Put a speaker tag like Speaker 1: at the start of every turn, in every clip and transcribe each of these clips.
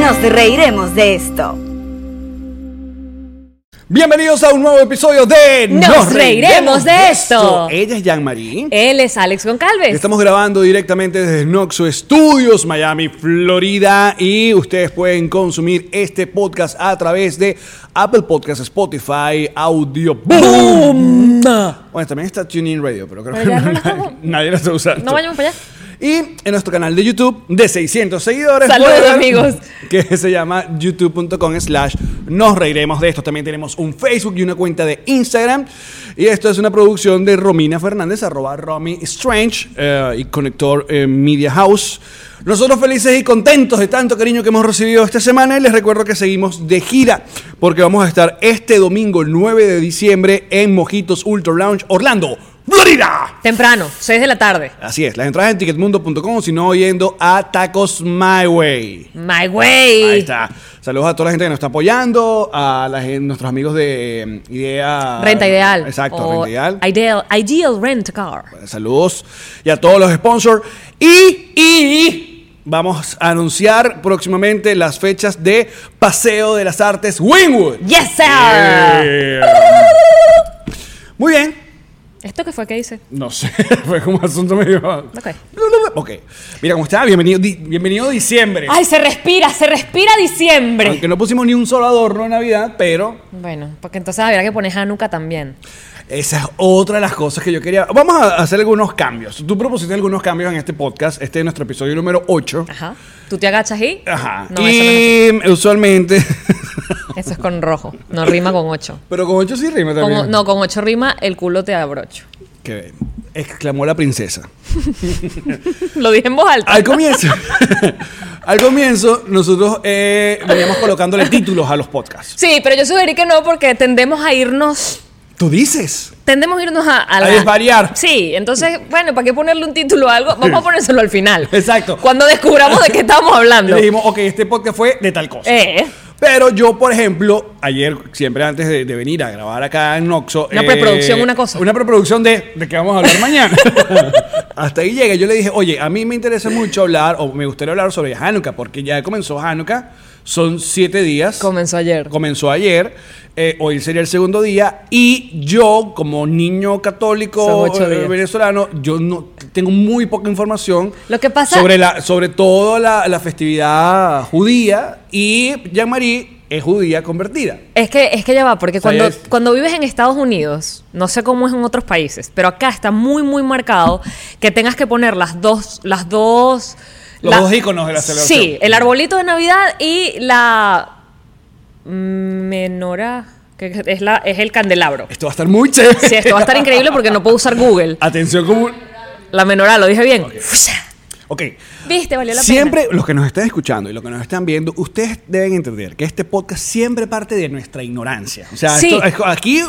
Speaker 1: Nos reiremos de esto.
Speaker 2: Bienvenidos a un nuevo episodio de
Speaker 3: Nos reiremos de esto.
Speaker 2: Ella es Jean-Marie.
Speaker 3: Él es Alex Goncalves.
Speaker 2: Estamos grabando directamente desde Noxo Studios, Miami, Florida. Y ustedes pueden consumir este podcast a través de Apple Podcasts, Spotify, Audio Boom. Bueno, también está TuneIn Radio, pero creo
Speaker 3: Pero ya
Speaker 2: que
Speaker 3: no lo
Speaker 2: nadie,
Speaker 3: estamos-
Speaker 2: nadie lo está usando.
Speaker 3: No vayamos para allá.
Speaker 2: Y en nuestro canal de YouTube de 600 seguidores.
Speaker 3: Saludos,
Speaker 2: pueden ver
Speaker 3: amigos.
Speaker 2: Que se llama youtube.com slash nos reiremos de esto. También tenemos un Facebook y una cuenta de Instagram. Y esto es una producción de Romina Fernández, arroba Romy Strange eh, y Conector eh, Media House. Nosotros felices y contentos de tanto cariño que hemos recibido esta semana y les recuerdo que seguimos de gira porque vamos a estar este domingo 9 de diciembre en Mojitos Ultra Lounge Orlando, Florida.
Speaker 3: Temprano, 6 de la tarde.
Speaker 2: Así es, las entradas en ticketmundo.com, si no yendo a Tacos My Way.
Speaker 3: My way.
Speaker 2: Ahí está. Saludos a toda la gente que nos está apoyando, a la gen- nuestros amigos de eh, Idea.
Speaker 3: Renta ideal.
Speaker 2: Exacto,
Speaker 3: O
Speaker 2: Renta Ideal.
Speaker 3: Ideal, ideal rent a car.
Speaker 2: Saludos y a todos los sponsors. Y, y vamos a anunciar próximamente las fechas de Paseo de las Artes Wingwood.
Speaker 3: Yes, sir.
Speaker 2: Muy bien.
Speaker 3: ¿Esto qué fue que hice?
Speaker 2: No sé, fue como asunto medio.
Speaker 3: Ok.
Speaker 2: Ok. Mira, ¿cómo está? Bienvenido, di- bienvenido diciembre.
Speaker 3: Ay, se respira, se respira diciembre.
Speaker 2: Aunque no pusimos ni un solo adorno en Navidad, pero
Speaker 3: Bueno, porque entonces habría que poner Hanukkah también.
Speaker 2: esa es otra de las cosas que yo quería. Vamos a hacer algunos cambios. Tú propusiste algunos cambios en este podcast. Este es nuestro episodio número 8.
Speaker 3: Ajá. Tú te agachas y.
Speaker 2: Ajá.
Speaker 3: No, eso, no es
Speaker 2: y usualmente.
Speaker 3: así. Eso es con rojo. No rima con ocho.
Speaker 2: pero con 8 sí rima
Speaker 3: Con-
Speaker 2: también.
Speaker 3: no, con ocho rima el culo te abrocho.
Speaker 2: Que exclamó la princesa.
Speaker 3: Lo dije en voz alta.
Speaker 2: Al comienzo. al comienzo, nosotros eh, veníamos colocándole títulos a los podcasts.
Speaker 3: Sí, pero yo sugerí que no porque tendemos a irnos
Speaker 2: Tú dices.
Speaker 3: Tendemos a irnos a, a la-
Speaker 2: desvariar.
Speaker 3: Sí, entonces, bueno, ¿para qué ponerle un título a algo? Vamos a ponérselo al final.
Speaker 2: Exacto.
Speaker 3: Cuando descubramos de qué estamos
Speaker 2: Y
Speaker 3: hablando.
Speaker 2: le dijimos, ok, este podcast fue de tal cosa.
Speaker 3: Eh,
Speaker 2: Pero yo, por ejemplo, ayer, siempre antes de, de venir a grabar acá en Noxo.
Speaker 3: Una preproducción, una cosa.
Speaker 2: Una preproducción de, de que vamos a hablar mañana. Hasta ahí llegué. Yo le dije, oye, a mí me interesa mucho hablar, o me gustaría hablar sobre Hanukkah, porque ya comenzó Hanukkah. Son siete días.
Speaker 3: comenzó ayer.
Speaker 2: Comenzó ayer, eh, hoy sería el segundo día y yo como niño católico
Speaker 3: Son ocho
Speaker 2: eh,
Speaker 3: días.
Speaker 2: venezolano, yo no tengo muy poca información
Speaker 3: Lo que pasa-
Speaker 2: sobre, la, sobre todo la, la festividad judía y Jean-Marie es judía convertida.
Speaker 3: Es que, es que ya va, porque
Speaker 2: sea,
Speaker 3: cuando,
Speaker 2: ya es-
Speaker 3: cuando vives en Estados Unidos, no sé cómo es en otros países, pero acá está muy, muy marcado que tengas que poner las dos, las dos.
Speaker 2: Los dos íconos de la celebración.
Speaker 3: Sí, el arbolito de Navidad y la menora, que es la, es el candelabro.
Speaker 2: Esto va a estar muy chévere.
Speaker 3: Sí, esto va a estar increíble porque no puedo usar Google.
Speaker 2: Atención como...
Speaker 3: La menorá, lo dije bien. Fusa.
Speaker 2: Ok.
Speaker 3: Viste, valió la
Speaker 2: Siempre
Speaker 3: pena.
Speaker 2: los que nos están escuchando y los que nos están viendo, ustedes deben entender que este podcast siempre parte de nuestra ignorancia. O sea,
Speaker 3: Sí.
Speaker 2: esto- es- aquí,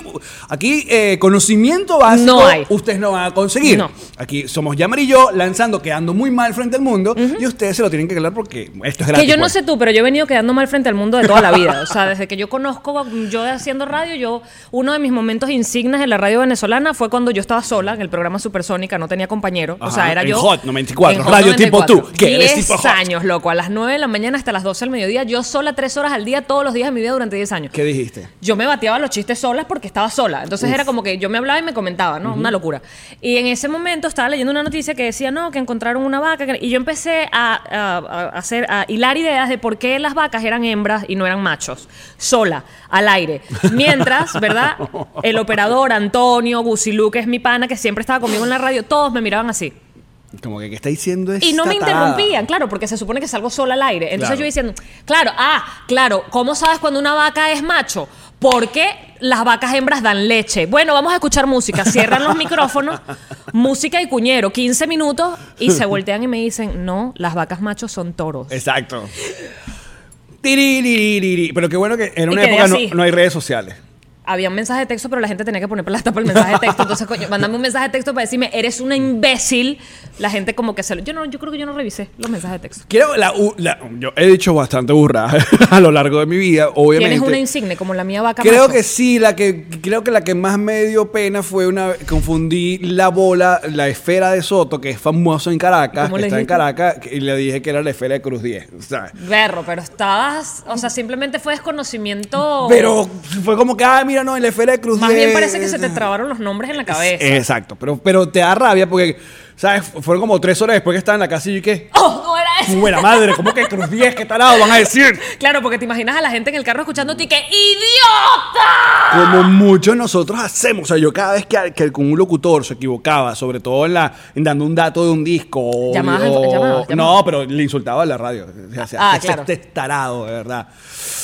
Speaker 2: aquí eh, conocimiento básico
Speaker 3: No hay.
Speaker 2: ustedes no van a conseguir.
Speaker 3: No.
Speaker 2: Aquí somos Yamar y yo lanzando, quedando muy mal frente al mundo y ustedes se lo tienen que aclarar porque esto es gratis.
Speaker 3: Que yo no
Speaker 2: pues.
Speaker 3: sé tú, pero yo he venido quedando mal frente al mundo de toda la vida. O sea, desde que yo conozco, yo haciendo radio, yo uno de mis momentos insignes en la radio venezolana fue cuando yo estaba sola en el programa Supersónica, no tenía compañero. o
Speaker 2: Ajá,
Speaker 3: sea, era
Speaker 2: en
Speaker 3: yo.
Speaker 2: Hot 94,
Speaker 3: Hot
Speaker 2: radio tipo tú, que eres
Speaker 3: 10
Speaker 2: tipo Hot.
Speaker 3: años, loco. A las 9 de la mañana hasta las 12 del mediodía, yo sola tres horas al día, todos los días de mi vida durante 10 años.
Speaker 2: ¿Qué dijiste?
Speaker 3: yo me bateaba los chistes solas porque estaba sola. Entonces era como que yo me hablaba y me comentaba, ¿no? Una locura. Y en ese momento estaba leyendo una noticia que decía, no, que encontraron una vaca. que- Y yo empecé a, a- a hacer, a hilar ideas de por qué las vacas eran hembras y no eran machos. Sola, al aire. Mientras, ¿verdad? El operador, Antonio, Busilú, que es mi pana, que siempre estaba conmigo en la radio, todos me miraban así.
Speaker 2: Como que, ¿qué está diciendo
Speaker 3: Y no
Speaker 2: esta
Speaker 3: me
Speaker 2: tarada?
Speaker 3: interrumpían, claro, porque se supone que salgo sola al aire. Entonces
Speaker 2: Claro.
Speaker 3: yo diciendo, claro, ah, claro, ¿cómo sabes cuando una vaca es macho? Porque las vacas hembras dan leche. Bueno, vamos a escuchar música. Cierran los micrófonos, música y cuñero, 15 minutos, y se voltean y me dicen, no, las vacas machos son toros.
Speaker 2: Eh. Exacto. Tiririririri. Pero qué bueno que en
Speaker 3: Y
Speaker 2: una
Speaker 3: quedé
Speaker 2: época no,
Speaker 3: así.
Speaker 2: no hay redes sociales.
Speaker 3: Había un mensaje de texto, pero la gente tenía que poner plata para el mensaje de texto. Entonces, coño, mandame un mensaje de texto para decirme, eres una imbécil, la gente como que se lo... Yo, no, yo creo que yo no revisé los mensajes de texto.
Speaker 2: Quiero la, u- la- yo he dicho bastante burrada a lo largo de mi vida, obviamente.
Speaker 3: Tienes una insigne como la mía vaca.
Speaker 2: Creo
Speaker 3: macho.
Speaker 2: que sí, la que creo que la que más me dio pena fue una confundí la bola, la esfera de Soto, que es famoso en Caracas,
Speaker 3: ¿Cómo
Speaker 2: que
Speaker 3: le
Speaker 2: está en
Speaker 3: dijiste?
Speaker 2: Caracas, y le dije que era la esfera de Cruz 10, ¿sabes?
Speaker 3: Berro, pero estabas... O sea, simplemente fue desconocimiento...
Speaker 2: Pero pues, fue como que, ah, mira, no, en la esfera de Cruz
Speaker 3: Oh. Más
Speaker 2: 10.
Speaker 3: bien parece que se te trabaron los nombres
Speaker 2: eh,
Speaker 3: en la cabeza.
Speaker 2: Exacto, pero, pero te da rabia porque, ¿sabes? Fueron como tres horas después que estaba en la casa y yo que,
Speaker 3: ¡Oh, no era eso!
Speaker 2: buena madre, ¿cómo que Cruz 10? ¿Qué talado van a decir?
Speaker 3: Claro, porque te imaginas a la gente en el carro escuchándote y que ¡Idiota!
Speaker 2: Como muchos nosotros hacemos. O sea, yo cada vez que, que un locutor se equivocaba, sobre todo en, la, en dando un dato de un disco. o-
Speaker 3: Llamabas al-
Speaker 2: o-
Speaker 3: llamabas, llamabas.
Speaker 2: No, pero le insultaba a la radio. O sea,
Speaker 3: Ah,
Speaker 2: este,
Speaker 3: claro.
Speaker 2: este tarado, de verdad.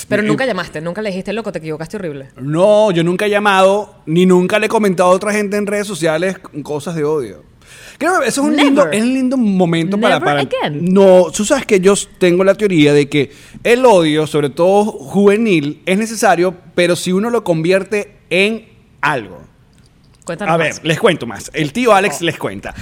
Speaker 3: Pero
Speaker 2: Y-
Speaker 3: nunca llamaste, nunca le dijiste, loco, te equivocaste horrible.
Speaker 2: No, yo nunca he llamado, ni nunca le he comentado a otra gente en redes sociales cosas de odio. Creo que eso es un,
Speaker 3: Never.
Speaker 2: lindo, es un lindo momento para,
Speaker 3: Never
Speaker 2: para...
Speaker 3: again.
Speaker 2: No, tú sabes que yo tengo la teoría de que el odio, sobre todo juvenil, es necesario, pero si uno lo convierte en algo.
Speaker 3: Cuéntanos
Speaker 2: A ver,
Speaker 3: más.
Speaker 2: les cuento más. El tío Alex
Speaker 3: Oh.
Speaker 2: les cuenta.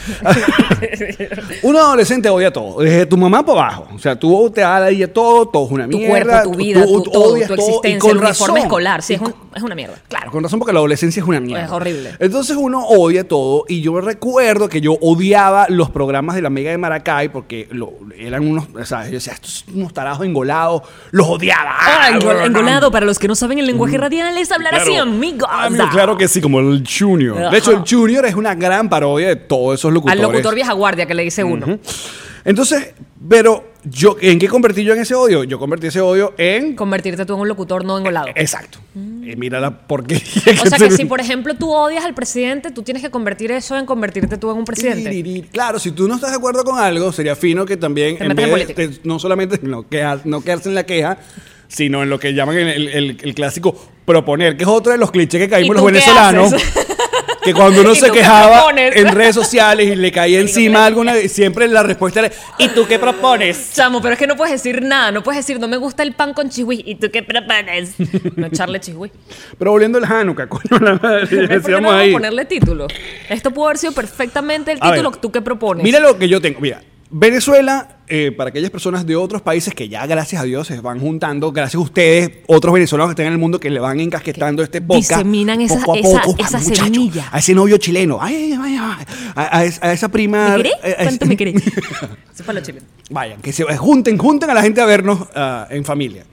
Speaker 2: un adolescente odia todo, desde tu mamá para abajo. O sea, tú te odias todo, todo es una
Speaker 3: Tu
Speaker 2: mierda.
Speaker 3: cuerpo, tu vida,
Speaker 2: tú-
Speaker 3: tu,
Speaker 2: tú
Speaker 3: todo, tu
Speaker 2: odias todo, y
Speaker 3: existencia,
Speaker 2: con
Speaker 3: el uniforme
Speaker 2: razón.
Speaker 3: escolar. Sí, es,
Speaker 2: Y
Speaker 3: un- es una mierda.
Speaker 2: Claro, con razón, porque la adolescencia es una mierda.
Speaker 3: Es horrible.
Speaker 2: Entonces uno odia todo. Y yo recuerdo que yo odiaba los programas de la Mega de Maracay porque lo- eran unos, o sea, yo decía, estos son unos tarajos engolados. Los odiaba.
Speaker 3: Ah, engol-
Speaker 2: Ah,
Speaker 3: engolado, para los que no saben el lenguaje radial, es hablar así,
Speaker 2: Mm, Claro.
Speaker 3: amigos.
Speaker 2: Amigo, claro que sí, como el Junior.
Speaker 3: Ajá.
Speaker 2: De hecho, el Junior es una gran parodia de todos esos
Speaker 3: Al
Speaker 2: locutores.
Speaker 3: locutor vieja guardia que le dice uno.
Speaker 2: Entonces, pero yo, ¿en qué convertí yo en ese odio? Yo convertí ese odio en...
Speaker 3: Convertirte tú en un locutor no engolado.
Speaker 2: Eh, Exacto. Y mira la porquería.
Speaker 3: Mm. o sea que
Speaker 2: se-
Speaker 3: si, por ejemplo, tú odias al presidente, tú tienes que convertir eso en convertirte tú en un presidente.
Speaker 2: Tiriri. Claro, si tú no estás de acuerdo con algo, sería fino que también,
Speaker 3: Te
Speaker 2: en
Speaker 3: metas
Speaker 2: vez
Speaker 3: en
Speaker 2: de-
Speaker 3: política.
Speaker 2: te- no solamente no, queja- no quedarse en la queja, sino en lo que llaman el, el- el clásico proponer, que es otro de los clichés que
Speaker 3: ¿Y
Speaker 2: caímos los
Speaker 3: tú qué
Speaker 2: venezolanos.
Speaker 3: haces?
Speaker 2: Que cuando uno
Speaker 3: ¿Y
Speaker 2: se
Speaker 3: tú qué
Speaker 2: quejaba
Speaker 3: propones?
Speaker 2: en redes sociales y le caía encima alguna, siempre la respuesta era, ¿y tú qué propones?
Speaker 3: Chamo, pero es que no puedes decir nada, no puedes decir no me gusta el pan con chihui y tú qué preparas. No echarle chihui.
Speaker 2: Pero volviendo al Hanukkah, coño, la madre,
Speaker 3: ¿Ves por qué no
Speaker 2: decíamos
Speaker 3: vamos
Speaker 2: ahí.
Speaker 3: a ponerle título? Esto pudo haber sido perfectamente el
Speaker 2: A
Speaker 3: título
Speaker 2: ver,
Speaker 3: tú que propones.
Speaker 2: Mira lo que yo tengo. Mira, Venezuela, eh, para aquellas personas de otros países que ya, gracias a Dios, se van juntando, gracias a ustedes, otros venezolanos que están en el mundo que le van encasquetando este podcast.
Speaker 3: diseminan esa-
Speaker 2: poco a
Speaker 3: esa-
Speaker 2: poco,
Speaker 3: esa
Speaker 2: muchacho,
Speaker 3: semilla.
Speaker 2: A ese novio chileno. Ay, ay, ay, ay, a, a es- a esa prima.
Speaker 3: ¿Me querés?
Speaker 2: eh, a
Speaker 3: ¿Cuánto
Speaker 2: ese-
Speaker 3: me querés? Eso para los chilenos.
Speaker 2: Vayan, que se junten, junten a la gente a vernos ah, en familia.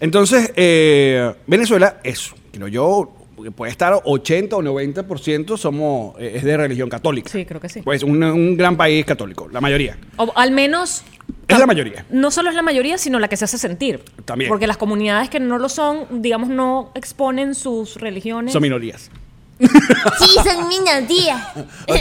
Speaker 2: Entonces, eh, Venezuela es, creo yo, puede estar 80 o 90% somos, eh, es de religión católica.
Speaker 3: Sí, creo que sí.
Speaker 2: Pues un, un gran país católico, la mayoría.
Speaker 3: O al menos.
Speaker 2: Es la mayoría.
Speaker 3: No solo es la mayoría, sino la que se hace sentir.
Speaker 2: También.
Speaker 3: Porque las comunidades que no lo son, digamos, no exponen sus religiones.
Speaker 2: Son minorías.
Speaker 4: Sí, son minorías.
Speaker 2: Ok.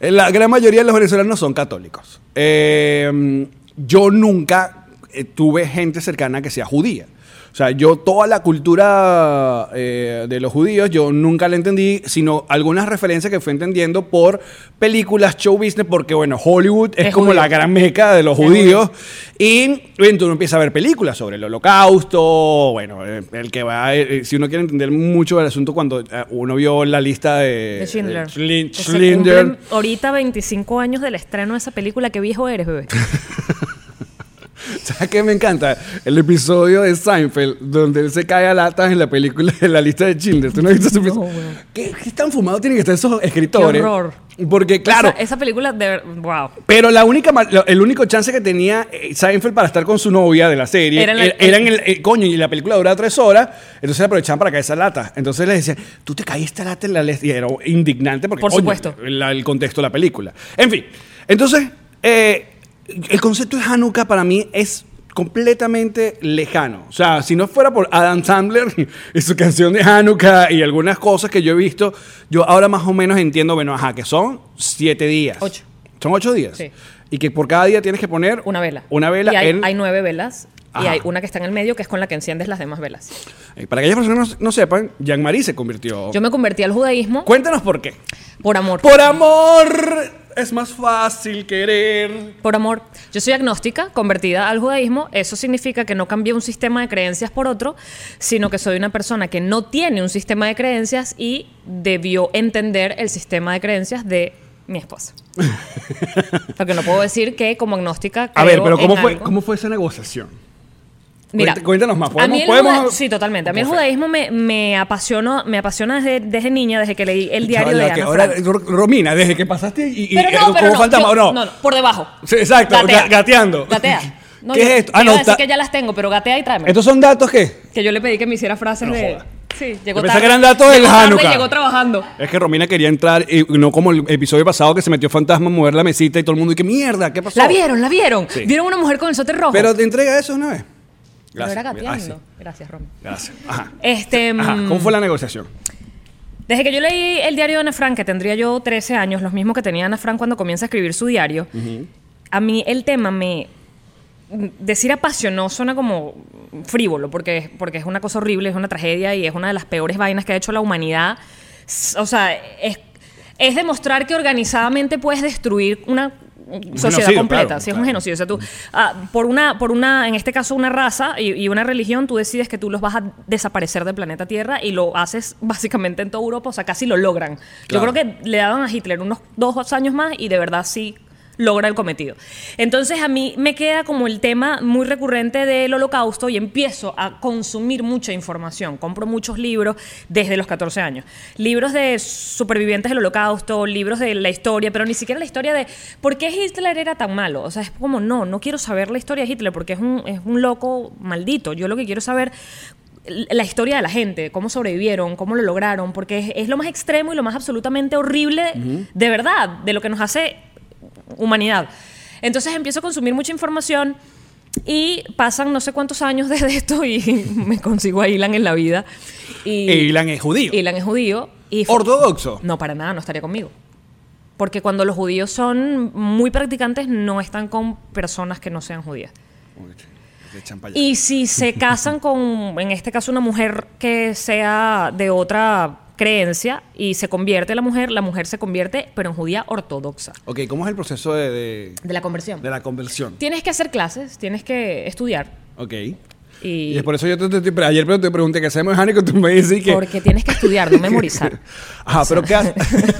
Speaker 2: Eh, La gran mayoría de los venezolanos son católicos. Eh, yo nunca eh, tuve gente cercana que sea judía. O sea, yo toda la cultura eh, de los judíos, yo nunca la entendí, sino algunas referencias que fui entendiendo por películas, show business, porque bueno, Hollywood es,
Speaker 3: Es
Speaker 2: como
Speaker 3: judío.
Speaker 2: la gran meca de los
Speaker 3: Es
Speaker 2: judíos. Y bueno, uno empieza a ver películas sobre el holocausto, bueno, eh, el que va, eh, eh, si uno quiere entender mucho el asunto cuando eh, uno vio la lista de,
Speaker 3: De Schindler.
Speaker 2: de Schlin-
Speaker 3: Que se
Speaker 2: Schindler.
Speaker 3: cumplen ahorita 25 años del estreno de esa película. Qué viejo eres, bebé.
Speaker 2: ¿Sabes qué me encanta? El episodio de Seinfeld donde él se cae a latas en la película, en la lista de Schindler. ¿Tú no has visto ese episodio?
Speaker 3: weón.
Speaker 2: ¿Qué, qué tan fumado tienen que estar esos escritores?
Speaker 3: Qué horror.
Speaker 2: Porque, claro.
Speaker 3: Esa, esa película de ver- Wow.
Speaker 2: Pero la única, ma- la- el único chance que tenía eh, Seinfeld para estar con su novia de la serie
Speaker 3: Era
Speaker 2: era,
Speaker 3: en la-
Speaker 2: era en el, eh, coño y la película duraba tres horas, entonces aprovechaban para caer esa lata. Entonces les decían, tú te caíste lata en la lista y era indignante porque
Speaker 3: Por
Speaker 2: coño,
Speaker 3: supuesto.
Speaker 2: la- el contexto de la película. En fin, entonces eh, el concepto de Hanukkah para mí es completamente lejano. O sea, si no fuera por Adam Sandler y su canción de Hanukkah y algunas cosas que yo he visto, yo ahora más o menos entiendo, bueno, ajá, que son siete días.
Speaker 3: Ocho.
Speaker 2: Son ocho días.
Speaker 3: Sí.
Speaker 2: Y que por cada día tienes que poner
Speaker 3: Una vela.
Speaker 2: Una vela
Speaker 3: Y hay,
Speaker 2: en-
Speaker 3: hay nueve velas. Y
Speaker 2: Ajá.
Speaker 3: hay una que está en el medio, que es con la que enciendes las demás velas.
Speaker 2: Eh, Para aquellas personas que no, no sepan, Jean-Marie se convirtió.
Speaker 3: Yo me convertí al judaísmo
Speaker 2: Cuéntanos por qué.
Speaker 3: por amor.
Speaker 2: Por amor es más fácil querer.
Speaker 3: Por amor. Yo soy agnóstica, convertida al judaísmo. Eso significa que no cambié un sistema de creencias por otro, sino que soy una persona que no tiene un sistema de creencias y debió entender el sistema de creencias de mi esposo. Porque no puedo decir que como agnóstica.
Speaker 2: A ver,
Speaker 3: creo
Speaker 2: pero ¿cómo
Speaker 3: en
Speaker 2: fue,
Speaker 3: algo.
Speaker 2: ¿cómo fue esa negociación?
Speaker 3: Mira,
Speaker 2: Cuenta- cuéntanos más,
Speaker 3: a
Speaker 2: ¿podemos-
Speaker 3: mí el
Speaker 2: podemos-
Speaker 3: juda- sí, totalmente. A mí el
Speaker 2: Perfecto.
Speaker 3: judaísmo me, me apasionó, me apasiona desde, desde niña, desde que leí el diario
Speaker 2: Chaval,
Speaker 3: de
Speaker 2: la que
Speaker 3: Ana
Speaker 2: ahora,
Speaker 3: Frank.
Speaker 2: Ro- Romina, desde que pasaste y, y-
Speaker 3: Pero
Speaker 2: eh,
Speaker 3: no, pero
Speaker 2: como
Speaker 3: no,
Speaker 2: fantasma,
Speaker 3: yo-
Speaker 2: ¿no?
Speaker 3: no, no, por debajo.
Speaker 2: Sí, exacto, ga- gateando.
Speaker 3: Gatea. No,
Speaker 2: ¿Qué
Speaker 3: yo-
Speaker 2: es esto?
Speaker 3: te
Speaker 2: Ah,
Speaker 3: iba
Speaker 2: no,
Speaker 3: a decir
Speaker 2: está-
Speaker 3: que ya las tengo, pero gatea y tráeme.
Speaker 2: ¿Estos son datos qué?
Speaker 3: que yo le pedí que me hiciera frases
Speaker 2: No
Speaker 3: de.
Speaker 2: joda.
Speaker 3: Sí,
Speaker 2: Yo
Speaker 3: llegó
Speaker 2: pensé
Speaker 3: tarde.
Speaker 2: que eran datos del
Speaker 3: llegó tarde,
Speaker 2: Hanukkah.
Speaker 3: Llegó trabajando.
Speaker 2: Es que Romina quería entrar y no como el episodio pasado que se metió fantasma a mover la mesita y todo el mundo y que mierda, ¿qué pasó?
Speaker 3: La vieron, la vieron.
Speaker 2: Sí.
Speaker 3: Vieron una mujer con el sote rojo.
Speaker 2: Pero te entrega eso una vez.
Speaker 3: Pero
Speaker 2: mira,
Speaker 3: era gateando.
Speaker 2: ah, sí,
Speaker 3: Gracias, Rom.
Speaker 2: Gracias. Ajá.
Speaker 3: Este,
Speaker 2: Ajá,
Speaker 3: mm,
Speaker 2: ¿Cómo fue la negociación?
Speaker 3: Desde que yo leí el diario de Ana Frank, que tendría yo 13 años, los mismos que tenía Ana Frank cuando comienza a escribir su diario, a mí el tema me... Decir apasionó suena como frívolo, porque, es- porque es una cosa horrible, es una tragedia y es una de las peores vainas que ha hecho la humanidad. S- O sea, es, es demostrar que organizadamente puedes destruir una sociedad
Speaker 2: genocidio,
Speaker 3: completa.
Speaker 2: claro,
Speaker 3: sí, es
Speaker 2: claro.
Speaker 3: un genocidio. O sea, tú, ah, por, una, por una, en este caso, una raza y, y una religión, tú decides que tú los vas a desaparecer del planeta Tierra y lo haces básicamente en toda Europa, o sea, casi lo logran. Yo
Speaker 2: Claro.
Speaker 3: creo que le daban a Hitler unos dos años más y de verdad sí logra el cometido. Entonces a mí me queda como el tema muy recurrente del holocausto y empiezo a consumir mucha información. Compro muchos libros desde los 14 años. Libros de supervivientes del holocausto, libros de la historia, pero ni siquiera la historia de por qué Hitler era tan malo. O sea, es como, no, no quiero saber la historia de Hitler porque es un, es un loco maldito. Yo lo que quiero saber la historia de la gente, cómo sobrevivieron, cómo lo lograron, porque es, es lo más extremo y lo más absolutamente horrible de verdad, de lo que nos hace humanidad. Entonces empiezo a consumir mucha información y pasan no sé cuántos años desde esto y me consigo a Ilan en la vida. Y
Speaker 2: E Ilan es judío.
Speaker 3: Ilan es judío. Y fu-
Speaker 2: Ortodoxo.
Speaker 3: No, para nada, no estaría conmigo. Porque cuando los judíos son muy practicantes, no están con personas que no sean judías.
Speaker 2: Qué champa ya.
Speaker 3: Y si se casan con, en este caso, una mujer que sea de otra creencia y se convierte la mujer, la mujer se convierte, pero en judía ortodoxa,
Speaker 2: Ok, ¿cómo es el proceso de, de,
Speaker 3: de la conversión.
Speaker 2: de la conversión?
Speaker 3: Tienes que hacer clases, tienes que estudiar.
Speaker 2: Ok. Y,
Speaker 3: Y,
Speaker 2: es por eso yo te, te- te- ayer te pregunté qué hacemos de Hanukkah, tú me dices que...
Speaker 3: Porque tienes que estudiar, no memorizar.
Speaker 2: Ajá, pero ¿qué haces?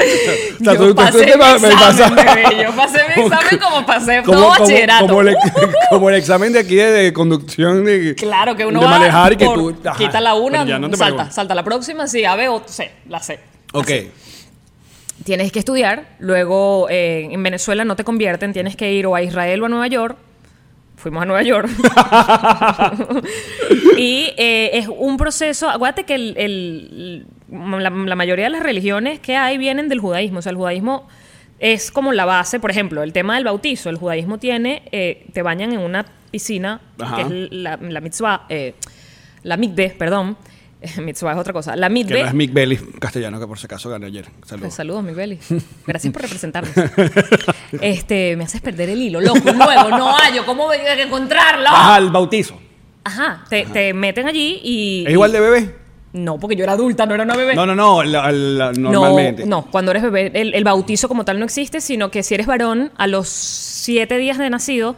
Speaker 2: O sea,
Speaker 3: Yo
Speaker 2: tú- tú-
Speaker 3: pasé
Speaker 2: tú te
Speaker 3: mi
Speaker 2: vas- me pasas-
Speaker 3: examen, bebé, yo pasé mi examen como pasé todo bachillerato. Uh,
Speaker 2: Como el, como el examen de aquí de, de conducción de,
Speaker 3: Claro que uno
Speaker 2: de
Speaker 3: va
Speaker 2: manejar y que
Speaker 3: por-
Speaker 2: tú ajá,
Speaker 3: quita la una,
Speaker 2: pero ya no te
Speaker 3: salta,
Speaker 2: pregunto.
Speaker 3: salta la próxima, sí, A, B o C, la C.
Speaker 2: Ok.
Speaker 3: tienes que estudiar, luego eh, en Venezuela no te convierten, tienes que ir o a Israel o a Nueva York. Fuimos a Nueva York. y eh, es un proceso, acuérdate que el- el- la, la mayoría de las religiones que hay vienen del judaísmo, o sea, el judaísmo es como la base, por ejemplo, el tema del bautizo, el judaísmo tiene, eh, te bañan en una piscina,
Speaker 2: Ajá.
Speaker 3: que es la, la mitzvah, eh, la mikve, perdón, mitzvah es otra cosa, la
Speaker 2: Que no
Speaker 3: mikve,
Speaker 2: es Mick Belly, castellano, que por si acaso gané ayer.
Speaker 3: pues
Speaker 2: Saludos.
Speaker 3: saludos, mi Beli. Gracias por representarnos. Este, me haces perder el hilo, loco, nuevo, no hallo, ¿cómo voy a encontrarlo?
Speaker 2: Vas Ah, al bautizo.
Speaker 3: Ajá, te, te meten allí y...
Speaker 2: ¿Es E igual de bebé?
Speaker 3: No, porque yo era adulta, no era una bebé.
Speaker 2: No, no, no, la- la-
Speaker 3: No,
Speaker 2: normalmente.
Speaker 3: No, cuando eres bebé, el, el bautizo como tal no existe, sino que si eres varón, a los siete días de nacido...